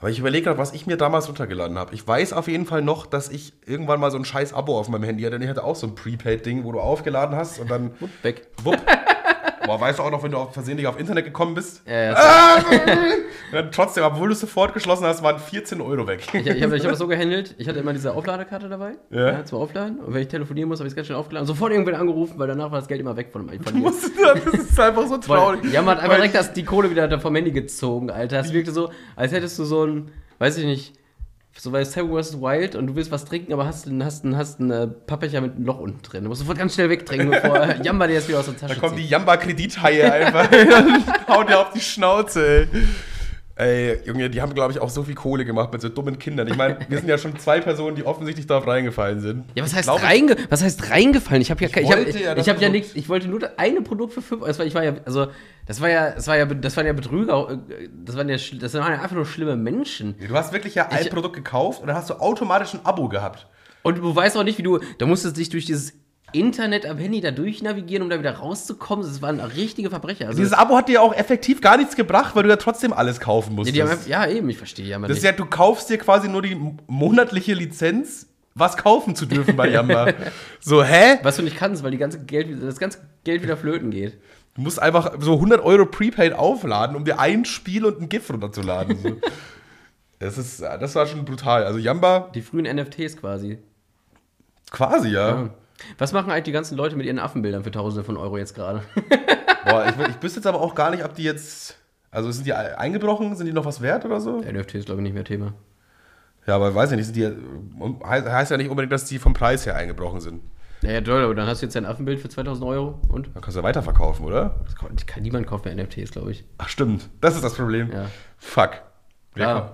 Aber ich überlege gerade, was ich mir damals runtergeladen habe. Ich weiß auf jeden Fall noch, dass ich irgendwann mal so ein scheiß Abo auf meinem Handy hatte. Denn ich hatte auch so ein Prepaid-Ding, wo du aufgeladen hast und dann Wupp, weg. wupp. Boah, weißt du auch noch, wenn du auf versehentlich auf Internet gekommen bist? Äh, Und dann trotzdem, obwohl du es sofort geschlossen hast, waren 14 Euro weg. Ich, ich habe ich hab das so gehandelt, ich hatte immer diese Aufladekarte dabei. Ja. zum Aufladen. Und wenn ich telefonieren muss, habe ich es ganz schnell aufgeladen. Sofort irgendwen angerufen, weil danach war das Geld immer weg von, von mir. Musst du- Das ist einfach so traurig. Ja, man hat einfach Weil- direkt das, die Kohle wieder da vom Handy gezogen, Alter. Es wirkte so, als hättest du so ein, weiß ich nicht, so bei Seven vs. Wild und du willst was trinken, aber hast einen hast, einen- hast einen, äh, Pappbecher mit einem Loch unten drin. Du musst sofort ganz schnell wegtrinken, bevor Jamba dir das wieder aus der Tasche Da kommt die zieht. Jamba-Kredithaie einfach. Dann Haut dir auf die Schnauze, ey. Ey, Junge, die haben, glaube ich, auch so viel Kohle gemacht mit so dummen Kindern. Ich meine, wir sind ja schon zwei Personen, die offensichtlich darauf reingefallen sind. Ja, was Ich heißt, glaube, reinge was heißt reingefallen? Ich habe ja, ich hab, wollte ja das ich hab ja Produkt. nichts, ich wollte nur das eine Produkt für fünf. Das war, ich war ja, also das war ja, das war ja, das waren ja Betrüger, äh, das waren ja, schl- das waren ja einfach nur schlimme Menschen. Du hast wirklich ja ein Ich- Produkt gekauft und dann hast du automatisch ein Abo gehabt. Und du weißt auch nicht, wie du, da musstest du dich durch dieses Internet am Handy da durchnavigieren, um da wieder rauszukommen. Das waren richtige Verbrecher. Also, Dieses Abo hat dir ja auch effektiv gar nichts gebracht, weil du ja trotzdem alles kaufen musstest. die haben, einfach- ja, eben, ich verstehe ja mal das ist nicht. ja, du kaufst dir quasi nur die m- monatliche Lizenz, was kaufen zu dürfen bei Jamba. so, hä? was du nicht kannst, weil die ganze Geld, das ganze Geld wieder flöten geht. Du musst einfach so 100 Euro Prepaid aufladen, um dir ein Spiel und ein GIF runterzuladen. So. das, ist, das war schon brutal. Also Jamba, Die frühen NFTs quasi. quasi ja. Ja. Was machen eigentlich die ganzen Leute mit ihren Affenbildern für Tausende von Euro jetzt gerade? Boah, ich, wü- ich wüsste jetzt aber auch gar nicht, ob die jetzt. Also sind die e- eingebrochen? Sind die noch was wert oder so? NFTs, glaube ich, nicht mehr Thema. Ja, aber weiß ich nicht. Sind die, um- heißt, heißt ja nicht unbedingt, dass die vom Preis her eingebrochen sind. Naja, toll, aber dann hast du jetzt dein Affenbild für 2000 Euro und? Dann kannst du ja weiterverkaufen, oder? Das kann, kann, niemand kauft mehr NFTs, glaube ich. Ach, stimmt. Das ist das Problem. Ja. Fuck. Ja. Ja. komm.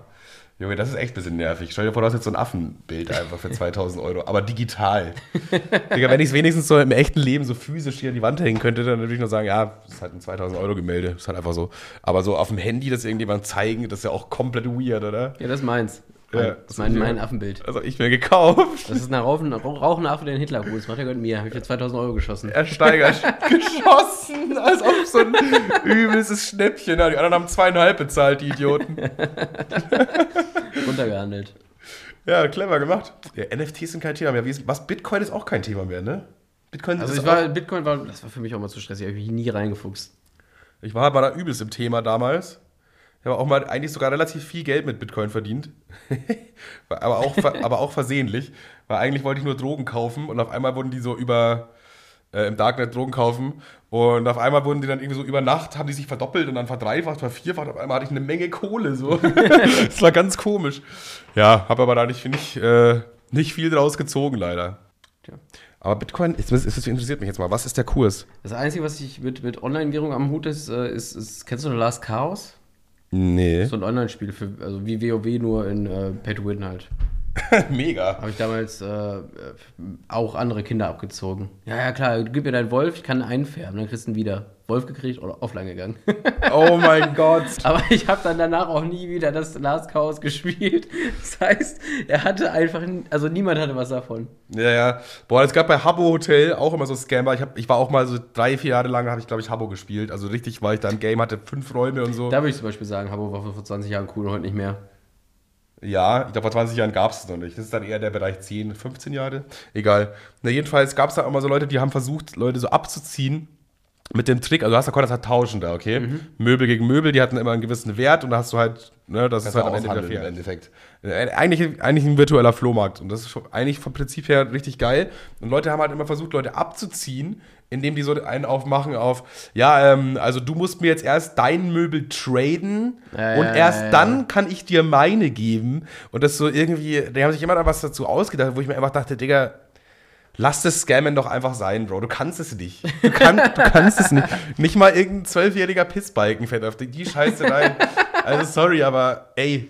Junge, das ist echt ein bisschen nervig. Stell dir vor, du hast jetzt so ein Affenbild einfach für 2000 Euro, aber digital. Digga, wenn ich es wenigstens so im echten Leben so physisch hier an die Wand hängen könnte, dann würde ich nur sagen, ja, das ist halt ein 2000 Euro Gemälde. Ist halt einfach so. Aber so auf dem Handy das irgendjemand zeigen, das ist ja auch komplett weird, oder? Ja, das ist meins. Ja, Mein, das ist mein, sicher. mein Affenbild. Also ich mir gekauft, Das ist ein rauchender rauchender Affe, der den Hitler grüßt. Macht er gehört mir. Habe ich für 2000 Euro geschossen. ersteigert, geschossen, als ob so ein übelstes Schnäppchen. Ja, die anderen haben zweieinhalb bezahlt, die Idioten. runtergehandelt. Ja, clever gemacht. Ja, NFTs sind kein Thema mehr. Wie ist, was, Bitcoin ist auch kein Thema mehr, ne? Bitcoin Also ist ich war, auch, Bitcoin war, das war für mich auch mal zu stressig, ich habe mich nie reingefuchst. ich war halt mal da übelst im Thema damals. Ich habe auch mal eigentlich sogar relativ viel Geld mit Bitcoin verdient. War aber, auch, ver- aber auch versehentlich. Weil eigentlich wollte ich nur Drogen kaufen und auf einmal wurden die so über äh, im Darknet Drogen kaufen und auf einmal wurden die dann irgendwie so über Nacht, haben die sich verdoppelt und dann verdreifacht, vervierfacht. Auf einmal hatte ich eine Menge Kohle. So. das war ganz komisch. Ja, habe aber da nicht, nicht, äh, nicht viel draus gezogen, leider. Tja. Aber Bitcoin, es, es, es interessiert mich jetzt mal, was ist der Kurs? Das Einzige, was ich mit, mit Online-Währung am Hut ist, äh, ist, ist, kennst du noch Last Chaos? Nee. So ein Online-Spiel, für- also wie WoW, nur in äh, Pay-to-Win halt. Mega. Habe ich damals äh, auch andere Kinder abgezogen. Ja, ja, klar, gib mir deinen Wolf, ich kann einfärben, dann kriegst du ihn wieder. Wolf gekriegt oder offline gegangen. Oh mein Gott. Aber ich habe dann danach auch nie wieder das Last Chaos gespielt. Das heißt, er hatte einfach, also niemand hatte was davon. Ja, ja. Boah, es gab bei Habbo Hotel auch immer so Scammer. Ich, hab, ich war auch mal so drei, vier Jahre lang, habe ich glaube ich Habbo gespielt. Also richtig war ich da im Game, hatte fünf Räume und so. Da würde ich zum Beispiel sagen, Habbo war vor 20 Jahren cool und heute nicht mehr. Ja, ich glaube, vor 20 Jahren gab es es noch nicht. Das ist dann eher der Bereich 10, 15 Jahre. Egal. Na, jedenfalls gab es da immer so Leute, die haben versucht, Leute so abzuziehen mit dem Trick. Also, du hast da konntest halt tauschen da, okay? Mhm. Möbel gegen Möbel, die hatten immer einen gewissen Wert und da hast du halt, ne, das, das ist halt am Ende der Fair. Äh, im Endeffekt. Eigentlich, eigentlich ein virtueller Flohmarkt und das ist schon, eigentlich vom Prinzip her richtig geil. Und Leute haben halt immer versucht, Leute abzuziehen, indem die so einen aufmachen auf, ja, ähm, also du musst mir jetzt erst dein Möbel traden Ja, und ja, erst ja, ja. dann kann ich dir meine geben. Und das so irgendwie, da haben sich immer da was dazu ausgedacht, wo ich mir einfach dachte, Digga, lass das Scammen doch einfach sein, Bro. Du kannst es nicht. Du, kann, du kannst es nicht. Nicht mal irgendein zwölfjähriger Pissbalken fährt auf die, die Scheiße rein. Also sorry, aber ey.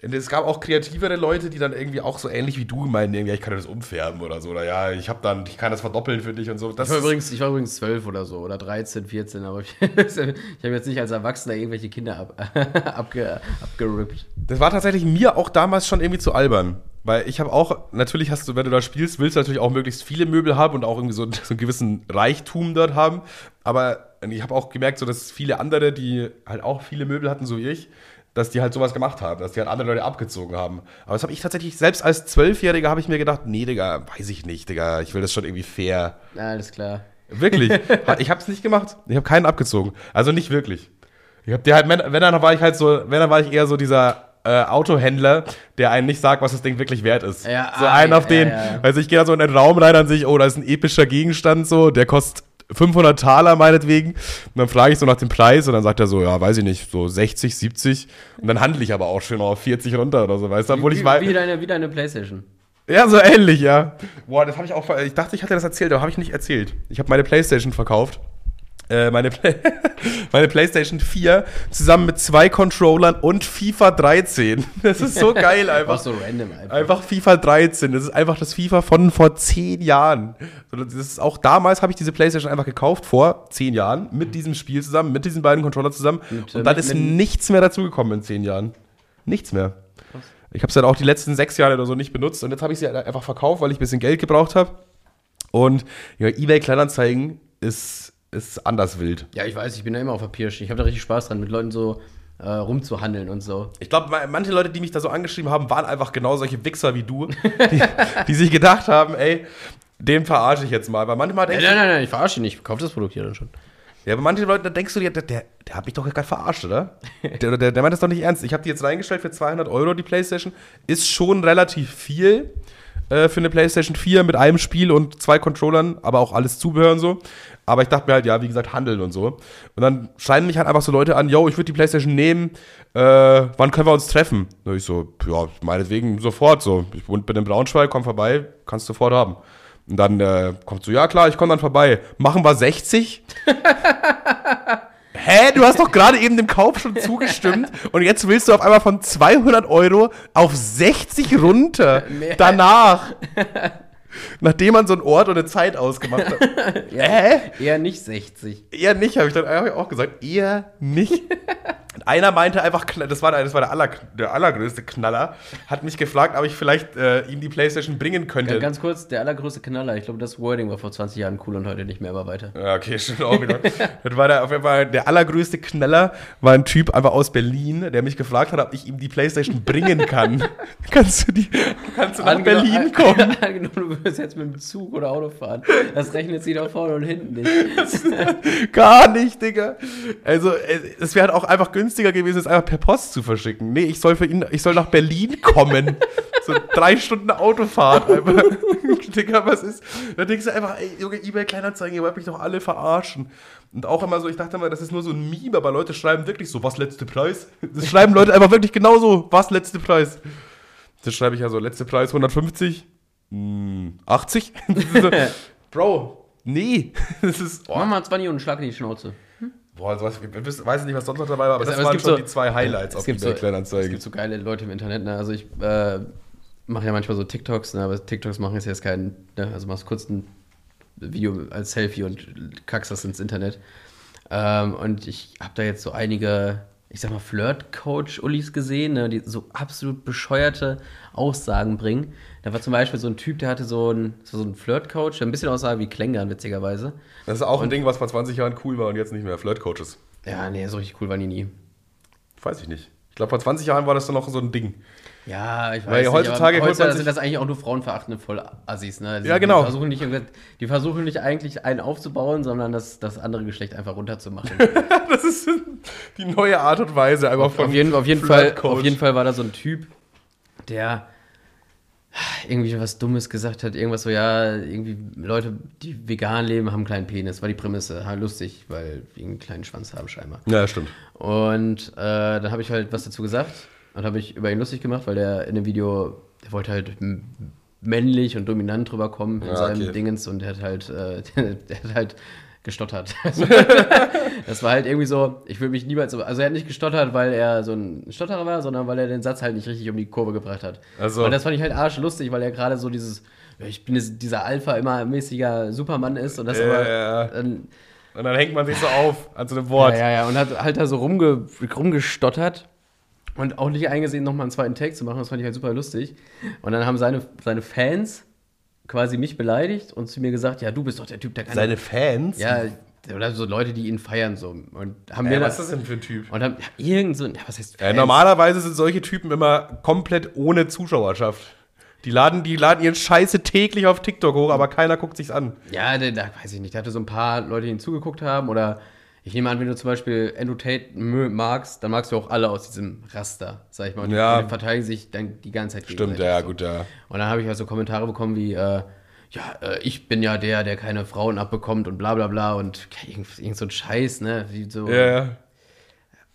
Und es gab auch kreativere Leute, die dann irgendwie auch so ähnlich wie du meinten, irgendwie, ja, ich kann das umfärben oder so. Oder ja, ich hab dann, ich kann das verdoppeln für dich und so. Das Ich war, ist- übrigens, ich war übrigens 12 oder so, oder 13, 14, aber ich, ich habe jetzt nicht als Erwachsener irgendwelche Kinder ab, abge, abgerippt. Das war tatsächlich mir auch damals schon irgendwie zu albern. Weil ich habe auch, natürlich hast du, wenn du da spielst, willst du natürlich auch möglichst viele Möbel haben und auch irgendwie so, so einen gewissen Reichtum dort haben. Aber ich habe auch gemerkt, so dass viele andere, die halt auch viele Möbel hatten, so wie ich, dass die halt sowas gemacht haben, dass die halt andere Leute abgezogen haben. Aber das habe ich tatsächlich, selbst als Zwölfjähriger habe ich mir gedacht, nee, Digga, weiß ich nicht, Digga, ich will das schon irgendwie fair. Alles klar. Wirklich. Hat- ich habe es nicht gemacht. Ich habe keinen abgezogen. Also nicht wirklich. Ich hab dir halt, wenn, wenn dann war ich halt so, wenn dann war ich eher so dieser äh, Autohändler, der einen nicht sagt, was das Ding wirklich wert ist. Ja, so ah, einen ja, auf den, ja, ja. also ich gehe da so in den Raum rein, dann sehe ich, oh, da ist ein epischer Gegenstand so, der kostet 500 Taler meinetwegen. Und dann frage ich so nach dem Preis und dann sagt er so, ja, weiß ich nicht, so 60, 70. Und dann handle ich aber auch schon auf 40 runter oder so, weißt du, obwohl wie, ich weiß. wie, deine, wie deine Playstation. Ja, so ähnlich, ja. Boah, das habe ich auch. ver- Ich dachte, ich hatte das erzählt, aber habe ich nicht erzählt. Ich habe meine PlayStation verkauft. Äh, meine, Play meine PlayStation 4 zusammen mit zwei Controllern und FIFA 13. Das ist so geil War einfach. so random einfach. Einfach FIFA 13. Das ist einfach das FIFA von vor zehn Jahren. So, Das ist auch damals habe ich diese PlayStation einfach gekauft, vor zehn Jahren, mit diesem Spiel zusammen, mit diesen beiden Controllern zusammen. Mit, äh, und dann mit- ist mit- nichts mehr dazugekommen in zehn Jahren. Nichts mehr. Ich habe es dann auch die letzten sechs Jahre oder so nicht benutzt und jetzt habe ich sie halt einfach verkauft, weil ich ein bisschen Geld gebraucht habe. Und ja, eBay Kleinanzeigen ist, ist anders wild. Ja, ich weiß, ich bin da immer auf der Pirsch. Ich habe da richtig Spaß dran, mit Leuten so äh, rumzuhandeln und so. Ich glaube, manche Leute, die mich da so angeschrieben haben, waren einfach genau solche Wichser wie du, die, die sich gedacht haben, ey, den verarsche ich jetzt mal. Weil manchmal Nein, denkst Äh, nein, nein, nein, ich verarsche nicht. Ich kaufe das Produkt hier dann schon. du, ja, bei manchen Leuten, da denkst du dir, der, der, der hat mich doch gerade verarscht, oder? Der, der, der meint das doch nicht ernst. Ich habe die jetzt reingestellt für 200 Euro, die Playstation. Ist schon relativ viel äh, für eine Playstation 4 mit einem Spiel und zwei Controllern, aber auch alles Zubehör und so. Aber ich dachte mir halt, ja, wie gesagt, handeln und so. Und dann schreiben mich halt einfach so Leute an, yo, ich würde die Playstation nehmen, äh, wann können wir uns treffen? Und ich so, ja, meinetwegen sofort so. Ich wohne bin in Braunschweig, komm vorbei, kannst sofort haben. Und dann äh, kommt so, ja klar, ich komme dann vorbei. Machen wir 60? Hä, du hast doch gerade eben dem Kauf schon zugestimmt und jetzt willst du auf einmal von 200 Euro auf 60 runter. Mehr. Danach. Nachdem man so einen Ort und eine Zeit ausgemacht hat. Hä? Eher nicht 60. Eher nicht, habe ich dann hab ich auch gesagt. Eher nicht. Und einer meinte einfach, kn- das war der, das war der, aller, der allergrößte Knaller, hat mich gefragt, ob ich vielleicht äh, ihm die Playstation bringen könnte. Ganz, ganz kurz, der allergrößte Knaller. Ich glaube, das Wording war vor 20 Jahren cool und heute nicht mehr, aber weiter. Ja, okay, stimmt auch wieder. das war der, auf jeden Fall der allergrößte Knaller, war ein Typ einfach aus Berlin, der mich gefragt hat, ob ich ihm die Playstation bringen kann. kannst du die, kannst du nach Berlin kommen? Angenommen, Genau, du würdest jetzt mit dem Zug oder Auto fahren. Das rechnet sich doch vorne und hinten nicht. Gar nicht, Digga. Also, äh, es wäre halt auch einfach günstiger gewesen, es einfach per Post zu verschicken. Nee, ich soll für ihn, ich soll nach Berlin kommen. so drei Stunden Autofahrt. einfach. Digga, was ist? Da denkst du einfach, ey, Junge, eBay Kleinanzeigen, ihr wollt mich doch alle verarschen. Und auch immer so, ich dachte immer, das ist nur so ein Meme, aber Leute schreiben wirklich so, was letzte Preis? Das schreiben Leute einfach wirklich genauso, was letzte Preis? Das schreibe ich ja so, letzte Preis 150, hm, 80. So, Bro, nee, das ist, oh, Mach mal 20 und einen Schlag in die Schnauze. Also, Boah, also was, wir wissen, weiß nicht, was sonst noch dabei war, aber Es- das aber es waren gibt schon so- die zwei Highlights Es auf gibt, eBay so, es Kleinanzeigen. gibt so geile Leute im Internet. Ne? Also ich äh, mache ja manchmal so TikToks, ne, aber TikToks machen jetzt jetzt keinen, ne, also machst kurz ein Video als Selfie und kackst das ins Internet. Ähm, und ich habe da jetzt so einige, ich sag mal, Flirt-Coach-Ullis gesehen, ne, die so absolut bescheuerte Aussagen bringen. Da war zum Beispiel so ein Typ, der hatte so einen, das war so einen Flirt-Coach, der ein bisschen aussah wie Klängern, witzigerweise. Das ist auch ein Ding, was vor 20 Jahren cool war und jetzt nicht mehr. Flirt-Coaches. Ja, nee, so richtig cool waren die nie. Weiß ich nicht. Ich glaube, vor 20 Jahren war das dann noch so ein Ding. Ja, ich weiß Weil nicht, heutzutage aber holt man heutzutage sich- sind das eigentlich auch nur frauenverachtende Vollassis, ne? Die, Ja, genau. Die versuchen, nicht, irgendwie- die versuchen nicht eigentlich einen aufzubauen, sondern das, das andere Geschlecht einfach runterzumachen. Das ist die neue Art und Weise einfach von auf, jeden, auf, jeden Fall, Flirt-Coach. auf jeden Fall war da so ein Typ, der irgendwie was Dummes gesagt hat. Irgendwas so, ja, irgendwie Leute, die vegan leben, haben einen kleinen Penis. War die Prämisse. Ha, lustig, weil die einen kleinen Schwanz haben scheinbar. Ja, stimmt. Und äh, dann habe ich halt was dazu gesagt und habe mich über ihn lustig gemacht, weil der in dem Video, der wollte halt m- männlich und dominant drüber kommen in Ja, seinem Ah, okay. Dingens und der hat halt, äh, der hat halt gestottert. das war halt irgendwie so, ich würde mich niemals, also er hat nicht gestottert, weil er so ein Stotterer war, sondern weil er den Satz halt nicht richtig um die Kurve gebracht hat. Also- Und das fand ich halt arschlustig, weil er gerade so dieses, ja, ich bin jetzt dieser Alpha immer mäßiger Supermann ist und das Ja, aber ja, ja. dann Und dann hängt man sich so auf an so einem Wort. ja, ja, ja. Und hat halt da so rumge rumgestottert und auch nicht eingesehen, nochmal einen zweiten Take zu machen. Das fand ich halt super lustig. Und dann haben seine, seine Fans quasi mich beleidigt und zu mir gesagt, ja, du bist doch der Typ, der kann... Seine Fans? ja, oder so Leute, die ihn feiern so. Und haben Ey, mir was das... ist das denn für ein Typ? Und haben ja, irgend so... ein- Ja, was heißt Äh, Fans? normalerweise sind solche Typen immer komplett ohne Zuschauerschaft. Die laden, die laden ihren Scheiße täglich auf TikTok hoch, aber keiner guckt sich's an. Ja, da, da weiß ich nicht. Da hatte so ein paar Leute, die ihm zugeguckt haben. Oder ich nehme an, wenn du zum Beispiel Andrew Tate mö- magst, dann magst du auch alle aus diesem Raster, sag ich mal. Und die- Ja. und die verteidigen sich dann die ganze Zeit gegenseitig so. ja. Und dann habe ich also Kommentare bekommen wie, äh, ja, äh, ich bin ja der, der keine Frauen abbekommt und bla bla bla und irgend, irgend so ein Scheiß, ne? Wie so, Ja, ja.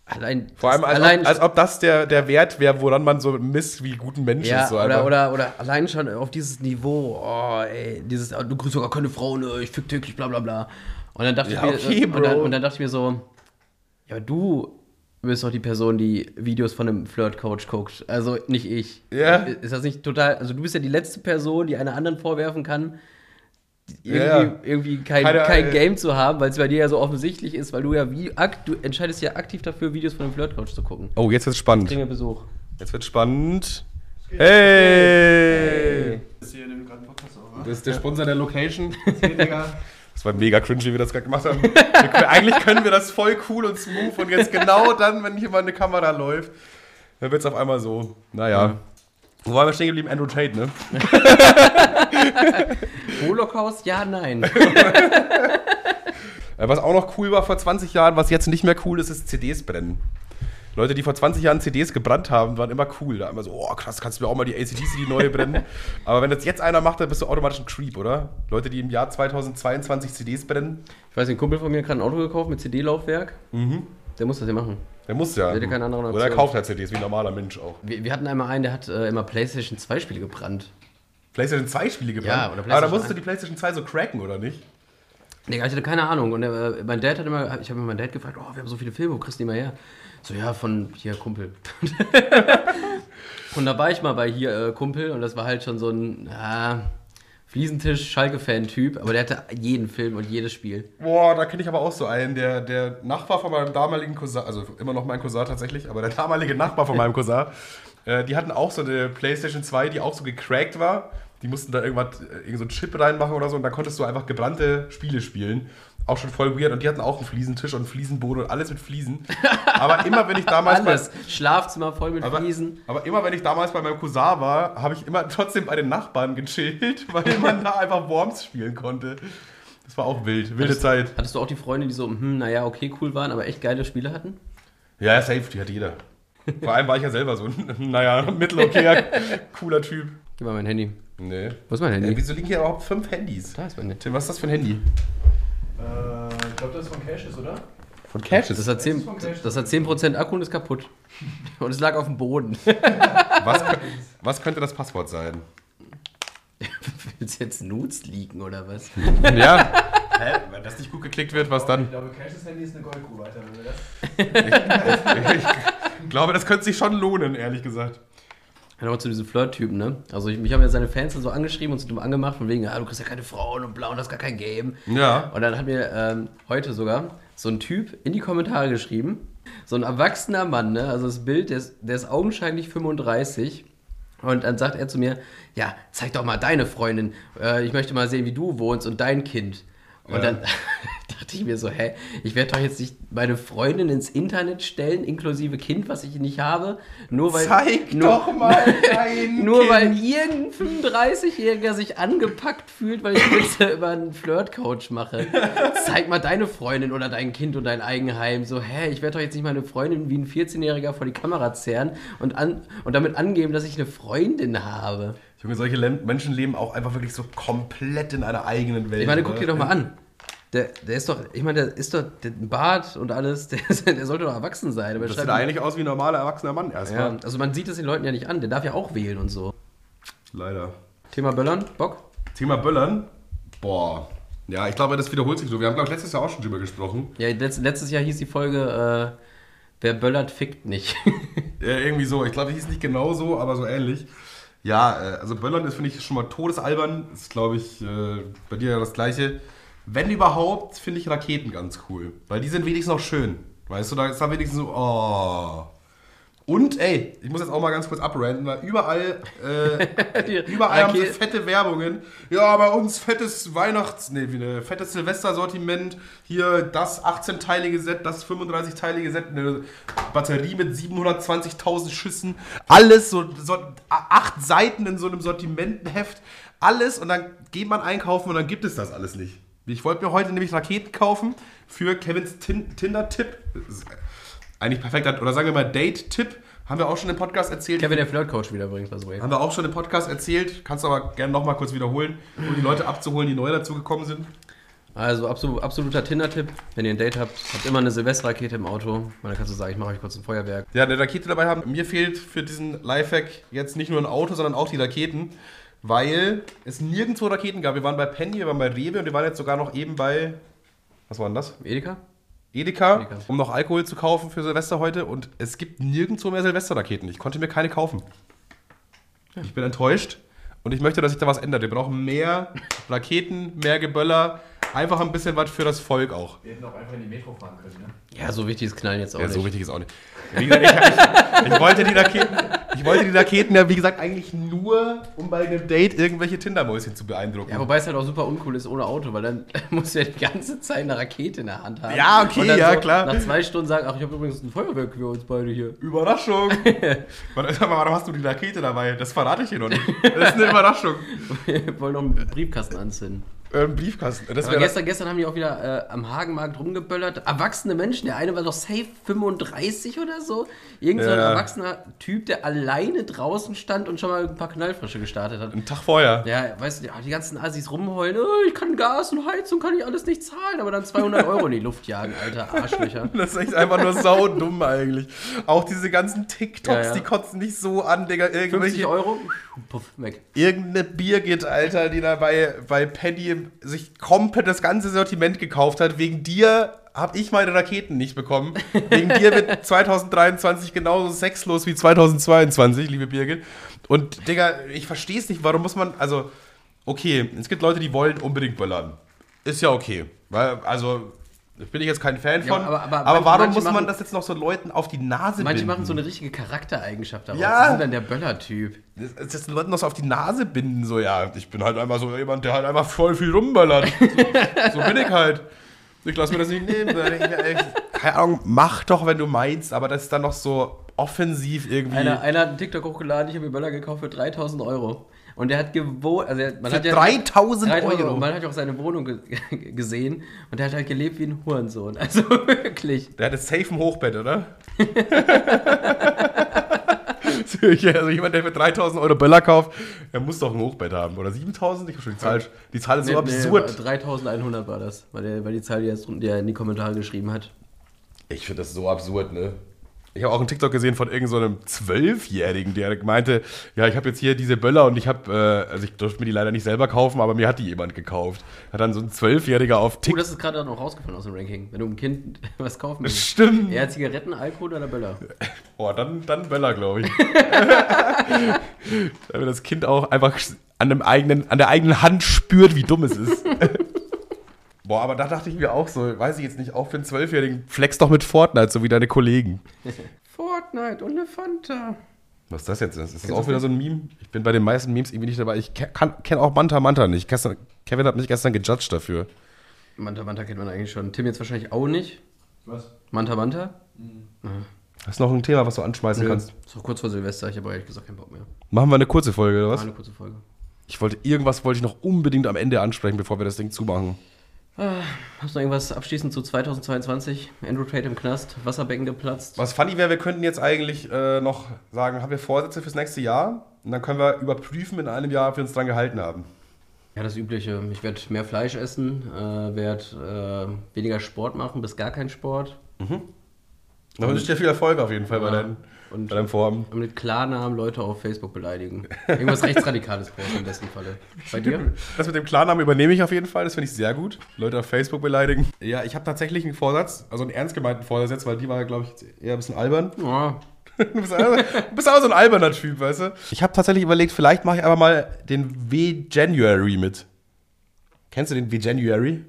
allein, Vor allem, als, allein ob, als ob das der, der Wert wäre, woran man so misst, wie gut ein Mensch ja, ist. So oder, einfach. oder, oder allein schon auf dieses Niveau, oh, ey, dieses, ah, du grüßt sogar keine Frauen, äh, ich fick täglich, bla bla bla. Und dann dachte Ja, ich mir, okay, äh, Und, dann, Bro. und dann dachte ich mir so, ja, du bist doch die Person, die Videos von einem Flirt-Coach guckt, also nicht ich. Ja. Ist das nicht total, also du bist ja die letzte Person, die einer anderen vorwerfen kann, die irgendwie, Ja, ja. irgendwie kein, Keine- kein äh, Game zu haben, weil es bei dir ja so offensichtlich ist, weil du ja wie, ak du entscheidest ja aktiv dafür, Videos von einem Flirt-Coach zu gucken. Oh, jetzt wird's spannend. Kriegen wir Besuch. Jetzt wird's spannend. Hey! Das hier nimmt gerade einen Podcast auf, wa? Das ist der Sponsor der Location. Hier, Digga. Das war mega cringy, wie wir das gerade gemacht haben. Wir können, eigentlich können wir das voll cool und smooth und jetzt genau dann, wenn hier mal eine Kamera läuft, dann wird es auf einmal so. Naja. Wo waren wir stehen geblieben? Andrew Tate, ne? Holocaust? Ja, nein. Äh, Was auch noch cool war vor 20 Jahren, was jetzt nicht mehr cool ist, ist CDs brennen. Leute, die vor 20 Jahren CDs gebrannt haben, waren immer cool. Da immer so, oh krass, kannst du mir auch mal die ACDC, die neue brennen. Aber wenn das jetzt einer macht, dann bist du automatisch ein Creep, oder? Leute, die im Jahr 2022 CDs brennen, Ich weiß, nicht, ein Kumpel von mir hat gerade ein Auto gekauft mit CD-Laufwerk. Der muss das ja machen. der muss ja. Der hat ja keine anderen oder er Optionen. kauft halt CDs, wie ein normaler Mensch auch. Wir, wir hatten einmal einen, der hat äh, immer PlayStation 2 Spiele gebrannt. PlayStation 2 Spiele Ja, gebrannt. oder Aber da PlayStation musstest du 1. die PlayStation 2 so cracken, oder nicht? Digga, ich hatte keine Ahnung. Und äh, mein Dad hat immer, ich habe meinen Dad gefragt, oh, wir haben so viele Filme, wo kriegst du die mal her? So, ja, von hier Kumpel. und da war ich mal bei hier äh, Kumpel und das war halt schon so ein ah, Fliesentisch-Schalke-Fan-Typ, aber der hatte jeden Film und jedes Spiel. Boah, da kenne ich aber auch so einen. Der, der Nachbar von meinem damaligen Cousin, also immer noch mein Cousin tatsächlich, aber der damalige Nachbar von meinem Cousin, äh, die hatten auch so eine PlayStation 2, die auch so gecrackt war. Die mussten da irgendwas, äh, irgend so einen Chip reinmachen oder so und da konntest du einfach gebrannte Spiele spielen. Auch schon voll weird. Und die hatten auch einen Fliesentisch und einen Fliesenboden und alles mit Fliesen. Aber immer wenn ich damals bei- Alles. Schlafzimmer voll mit Aber, Fliesen. aber immer wenn ich damals bei meinem Cousin war, habe ich immer trotzdem bei den Nachbarn gechillt, weil man da einfach Worms spielen konnte. Das war auch wild, wilde Zeit. Hattest du auch die Freunde, die so, hm, naja, okay, cool waren, aber echt geile Spiele hatten? Ja, safe, die hat jeder. Vor allem war ich ja selber so ein, naja, mittelokayer, cooler Typ. Gib mal mein Handy. Nee. Wo ist mein Handy? Äh, wieso liegen hier überhaupt fünf Handys? Da ist mein Handy. Tim, was ist das für ein Handy? Äh, ich glaube, das ist von Cashes, oder? Von Cashes. Das hat, 10, das hat 10% Akku und ist kaputt. Und es lag auf dem Boden. was, kö- was könnte das Passwort sein? Willst du jetzt Nudes liegen oder was? ja. Hä? Wenn das nicht gut geklickt wird, was dann? Ich glaube, Cashes Handy ist eine Goldgrube, Alter. Wenn wir das Ich glaube, das könnte sich schon lohnen, ehrlich gesagt. Genau zu diesem Flirt-Typen, ne? Also ich, mich haben ja seine Fans dann so angeschrieben und so angemacht, von wegen, ah, du kriegst ja keine Frauen und blau und das ist gar kein Game. Ja. Und dann hat mir ähm, heute sogar so ein Typ in die Kommentare geschrieben, so ein erwachsener Mann, ne? Also das Bild, der ist, der ist augenscheinlich 35. Und dann sagt er zu mir, ja, zeig doch mal deine Freundin. Äh, ich möchte mal sehen, wie du wohnst und dein Kind. Und Ja. dann dachte ich mir so, hä, ich werde doch jetzt nicht meine Freundin ins Internet stellen, inklusive Kind, was ich nicht habe, nur weil... Zeig nur, doch mal dein Nur Kind. weil irgendein 35-Jähriger sich angepackt fühlt, weil ich Witze über einen Flirtcoach mache. Zeig mal deine Freundin oder dein Kind und dein Eigenheim. So, hä, ich werde doch jetzt nicht meine Freundin wie ein 14-Jähriger vor die Kamera zerren und, an, und damit angeben, dass ich eine Freundin habe. Junge, solche Lem- Menschen leben auch einfach wirklich so komplett in einer eigenen Welt. Ich meine, guck ne? dir doch mal an. Der, der ist doch, ich meine, der ist doch, der hat einen Bart und alles, der, ist- der sollte doch erwachsen sein. Aber Das sieht schreibt- eigentlich aus wie ein normaler erwachsener Mann erstmal. ja, also man sieht es den Leuten ja nicht an, der darf ja auch wählen und so. Leider. Thema Böllern, Bock? Thema Böllern. Boah. Ja, ich glaube, das wiederholt sich so. Wir haben, glaube ich, letztes Jahr auch schon drüber gesprochen. Ja, letzt, letztes Jahr hieß die Folge, äh, wer böllert, fickt nicht. Äh, irgendwie so. Ich glaube, die hieß nicht genau so, aber so ähnlich. Ja, äh, also Böllern ist, finde ich, schon mal todesalbern. Ist, glaube ich, äh, bei dir ja das Gleiche. Wenn überhaupt, finde ich Raketen ganz cool. Weil die sind wenigstens noch schön. Weißt du, da ist dann wenigstens so, oh. Und, ey, ich muss jetzt auch mal ganz kurz abranten, weil überall äh, Überall haben sie fette Werbungen. Ja, bei uns fettes Weihnachts-, nee, wie eine fettes Silvester-Sortiment. Hier das 18-teilige Set, das 35-teilige Set, eine Batterie mit 720.000 Schüssen. Alles so, so a- acht Seiten in so einem Sortimentenheft. Alles und dann geht man einkaufen und dann gibt es das alles nicht. Ich wollte mir heute nämlich Raketen kaufen für Kevins Tin Tinder-Tipp. Das ist Eigentlich perfekt, oder sagen wir mal Date-Tipp. Haben wir auch schon im Podcast erzählt. Kevin, der Flirtcoach wieder übrigens, also ey. Haben wir auch schon im Podcast erzählt, kannst du aber gerne nochmal kurz wiederholen, um die Leute abzuholen, die neu dazugekommen sind. Also absolu- absoluter Tinder-Tipp, wenn ihr ein Date habt, habt immer eine Silvesterrakete im Auto. Und dann kannst du sagen, ich mache euch kurz ein Feuerwerk. Ja, eine Rakete dabei haben. Mir fehlt für diesen Lifehack jetzt nicht nur ein Auto, sondern auch die Raketen, weil es nirgendwo Raketen gab. Wir waren bei Penny, wir waren bei Rewe und wir waren jetzt sogar noch eben bei, was war denn das? Edeka? Edeka, Edeka. um noch Alkohol zu kaufen für Silvester heute und es gibt nirgendwo mehr Silvesterraketen. Ich konnte mir keine kaufen. Ich bin enttäuscht und ich möchte, dass sich da was ändert. Wir brauchen mehr Raketen, mehr Geböller, einfach ein bisschen was für das Volk auch. Wir hätten auch einfach in die Metro fahren können, ne? Ja, so wichtig ist Knallen jetzt auch Ja, nicht. so wichtig ist auch nicht. Wie gesagt, ich, ich, ich, wollte die Raketen, ich wollte die Raketen ja, wie gesagt, eigentlich nur, um bei einem Date irgendwelche Tindermäuschen zu beeindrucken. Ja, wobei es halt auch super uncool ist ohne Auto, weil dann musst du ja die ganze Zeit eine Rakete in der Hand haben. Ja, okay, Und dann ja, klar. Nach zwei Stunden sagen, ach, ich habe übrigens ein Feuerwerk für uns beide hier. Überraschung! Warte, sag mal, Warum hast du die Rakete dabei? Das verrate ich hier noch nicht. Das ist eine Überraschung. Wir wollen noch einen Briefkasten anzünden. Ähm, Briefkasten. Das Aber wäre gestern, gestern haben die auch wieder äh, am Hagenmarkt rumgeböllert. Erwachsene Menschen, der eine war doch safe 35 oder so. Irgend so ein Ja. erwachsener Typ, der alleine draußen stand und schon mal ein paar Knallfrische gestartet hat. ein Tag vorher. Ja, weißt du, die- die ganzen Assis rumheulen, oh, ich kann Gas und Heizung, kann ich alles nicht zahlen, aber dann 200 Euro in die Luft jagen, alter Arschlöcher. Das ist echt einfach nur saudumm eigentlich. Auch diese ganzen TikToks, Ja, ja. die kotzen nicht so an, Digga. 50 Irgendwelche, Euro, puff, weg. irgendeine Birgit, Alter, die da bei, bei Penny sich komplett das ganze Sortiment gekauft hat. Wegen dir habe ich meine Raketen nicht bekommen. Wegen dir wird 2023 genauso sexlos wie 2022, liebe Birgit. Und, Digga, ich verstehe es nicht, warum muss man, also, okay, es gibt Leute, die wollen unbedingt böllern. Ist ja okay. Weil, also, bin ich jetzt kein Fan Ja, von. aber- aber aber manche- warum manche muss man machen- das jetzt noch so Leuten auf die Nase Manche binden? machen so eine richtige Charaktereigenschaft daraus. Ja. Die sind dann der Böller-Typ. Das- Das ist den Leuten noch so auf die Nase binden, so, ja, ich bin halt einmal so jemand, der halt einfach voll viel rumballert. So, so bin ich halt. Ich lasse mir das nicht nehmen. weil Ich, ich, keine Ahnung, mach doch, wenn du meinst, aber das ist dann noch so offensiv irgendwie. Einer, also einer hat einen TikTok hochgeladen, ich habe mir Böller gekauft für 3000 Euro. Und der hat gewohnt, also er- man Für hat ja 3000 Euro. Und man hat ja auch seine Wohnung ge gesehen und der hat halt gelebt wie ein Hurensohn. Also wirklich. Der hatte safe ein Hochbett, oder? also jemand, der für 3000 Euro Böller kauft, der muss doch ein Hochbett haben. Oder 7000? Ich habe schon die Zahl. Die Zahl ist so Nee, nee, absurd. 3100 war das, weil, der, weil die Zahl, die er, jetzt unten- die er in die Kommentare geschrieben hat. Ich finde das so absurd, ne? Ich habe auch einen TikTok gesehen von irgendeinem so Zwölfjährigen, der meinte, ja, ich habe jetzt hier diese Böller und ich habe, äh, also ich durfte mir die leider nicht selber kaufen, aber mir hat die jemand gekauft. Hat dann so ein Zwölfjähriger auf Oh, TikTok. das ist gerade noch rausgefallen aus dem Ranking. Wenn du einem Kind was kaufen willst. Stimmt. Eher Zigaretten, Alkohol oder Böller? Oh, dann, dann Böller, glaube ich. Damit das Kind auch einfach an, dem eigenen, an der eigenen Hand spürt, wie dumm es ist. Boah, aber da dachte ich mir auch so, weiß ich jetzt nicht, auch für einen Zwölfjährigen, flex doch mit Fortnite, so wie deine Kollegen. Fortnite und eine Fanta. Was ist das jetzt? Das ist das auch wieder so ein Meme? Ich bin bei den meisten Memes irgendwie nicht dabei. Ich kenne auch Manta Manta nicht. Gestern, Kevin hat mich gestern gejudged dafür. Manta Manta kennt man eigentlich schon. Tim jetzt wahrscheinlich auch nicht. Was? Manta Manta? Hast du noch ein Thema, was du anschmeißen kannst? Ist doch kurz vor Silvester. Ich habe ehrlich gesagt keinen Bock mehr. Machen wir eine kurze Folge, oder Was? was? Eine kurze Folge. Ich wollte, irgendwas wollte ich noch unbedingt am Ende ansprechen, bevor wir das Ding zumachen. Ah, Hast du noch irgendwas abschließend zu 2022? Andrew Tate im Knast, Wasserbecken geplatzt. Was funny wäre, wir könnten jetzt eigentlich äh, noch sagen, haben wir Vorsätze fürs nächste Jahr? Und dann können wir überprüfen in einem Jahr, ob wir uns dran gehalten haben. Ja, das Übliche. Ich werde mehr Fleisch essen, äh, werde äh, weniger Sport machen, bis gar keinen Sport. Dann wünsche ich dir viel Erfolg auf jeden Fall bei, Ja. deinen, Und- bei deinen Vorhaben. Und mit Klarnamen Leute auf Facebook beleidigen. Irgendwas rechtsradikales posten im besten Falle. Bei dir? Das mit dem Klarnamen übernehme ich auf jeden Fall, das finde ich sehr gut. Leute auf Facebook beleidigen. Ja, ich habe tatsächlich einen Vorsatz, also einen ernst gemeinten Vorsatz, jetzt, weil die war, glaube ich, jetzt eher ein bisschen albern. Ja. Du bist, also, du bist auch so ein alberner Typ, weißt du? Ich habe tatsächlich überlegt, vielleicht mache ich aber mal den V-January mit. Kennst du den V-January?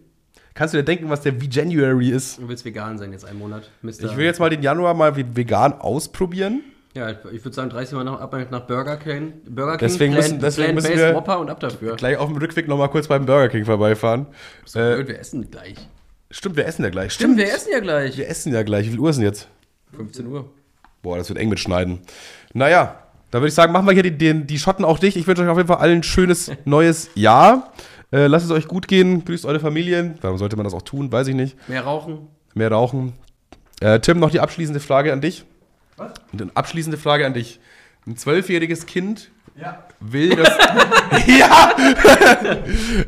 Kannst du dir denken, was der V-January ist? Du willst vegan sein jetzt einen Monat, Mister. Ich will jetzt mal den Januar mal wie- vegan ausprobieren. Ja, ich würde sagen, 30 Mal nach, ab nach Burger King. Burger King, Deswegen müssen- deswegen Plant-based müssen wir- Whopper und ab dafür. Gleich auf dem Rückweg nochmal kurz beim Burger King vorbeifahren. Äh, Blöd, wir essen gleich. stimmt, wir essen ja gleich. Stimmt, wir essen ja gleich. Wir essen ja gleich. Wie viel Uhr ist denn jetzt? 15 Uhr. Boah, das wird eng mit Schneiden. Naja, dann würde ich sagen, machen wir hier die, den, die Schotten auch dicht. Ich wünsche euch auf jeden Fall allen ein schönes neues Jahr. Äh, lasst es euch gut gehen. Grüßt eure Familien. Warum sollte man das auch tun? Weiß ich nicht. Mehr rauchen. Mehr rauchen. Äh, Tim, noch die abschließende Frage an dich. Was? Und eine abschließende Frage an dich. Ein zwölfjähriges Kind Ja. will das. ja!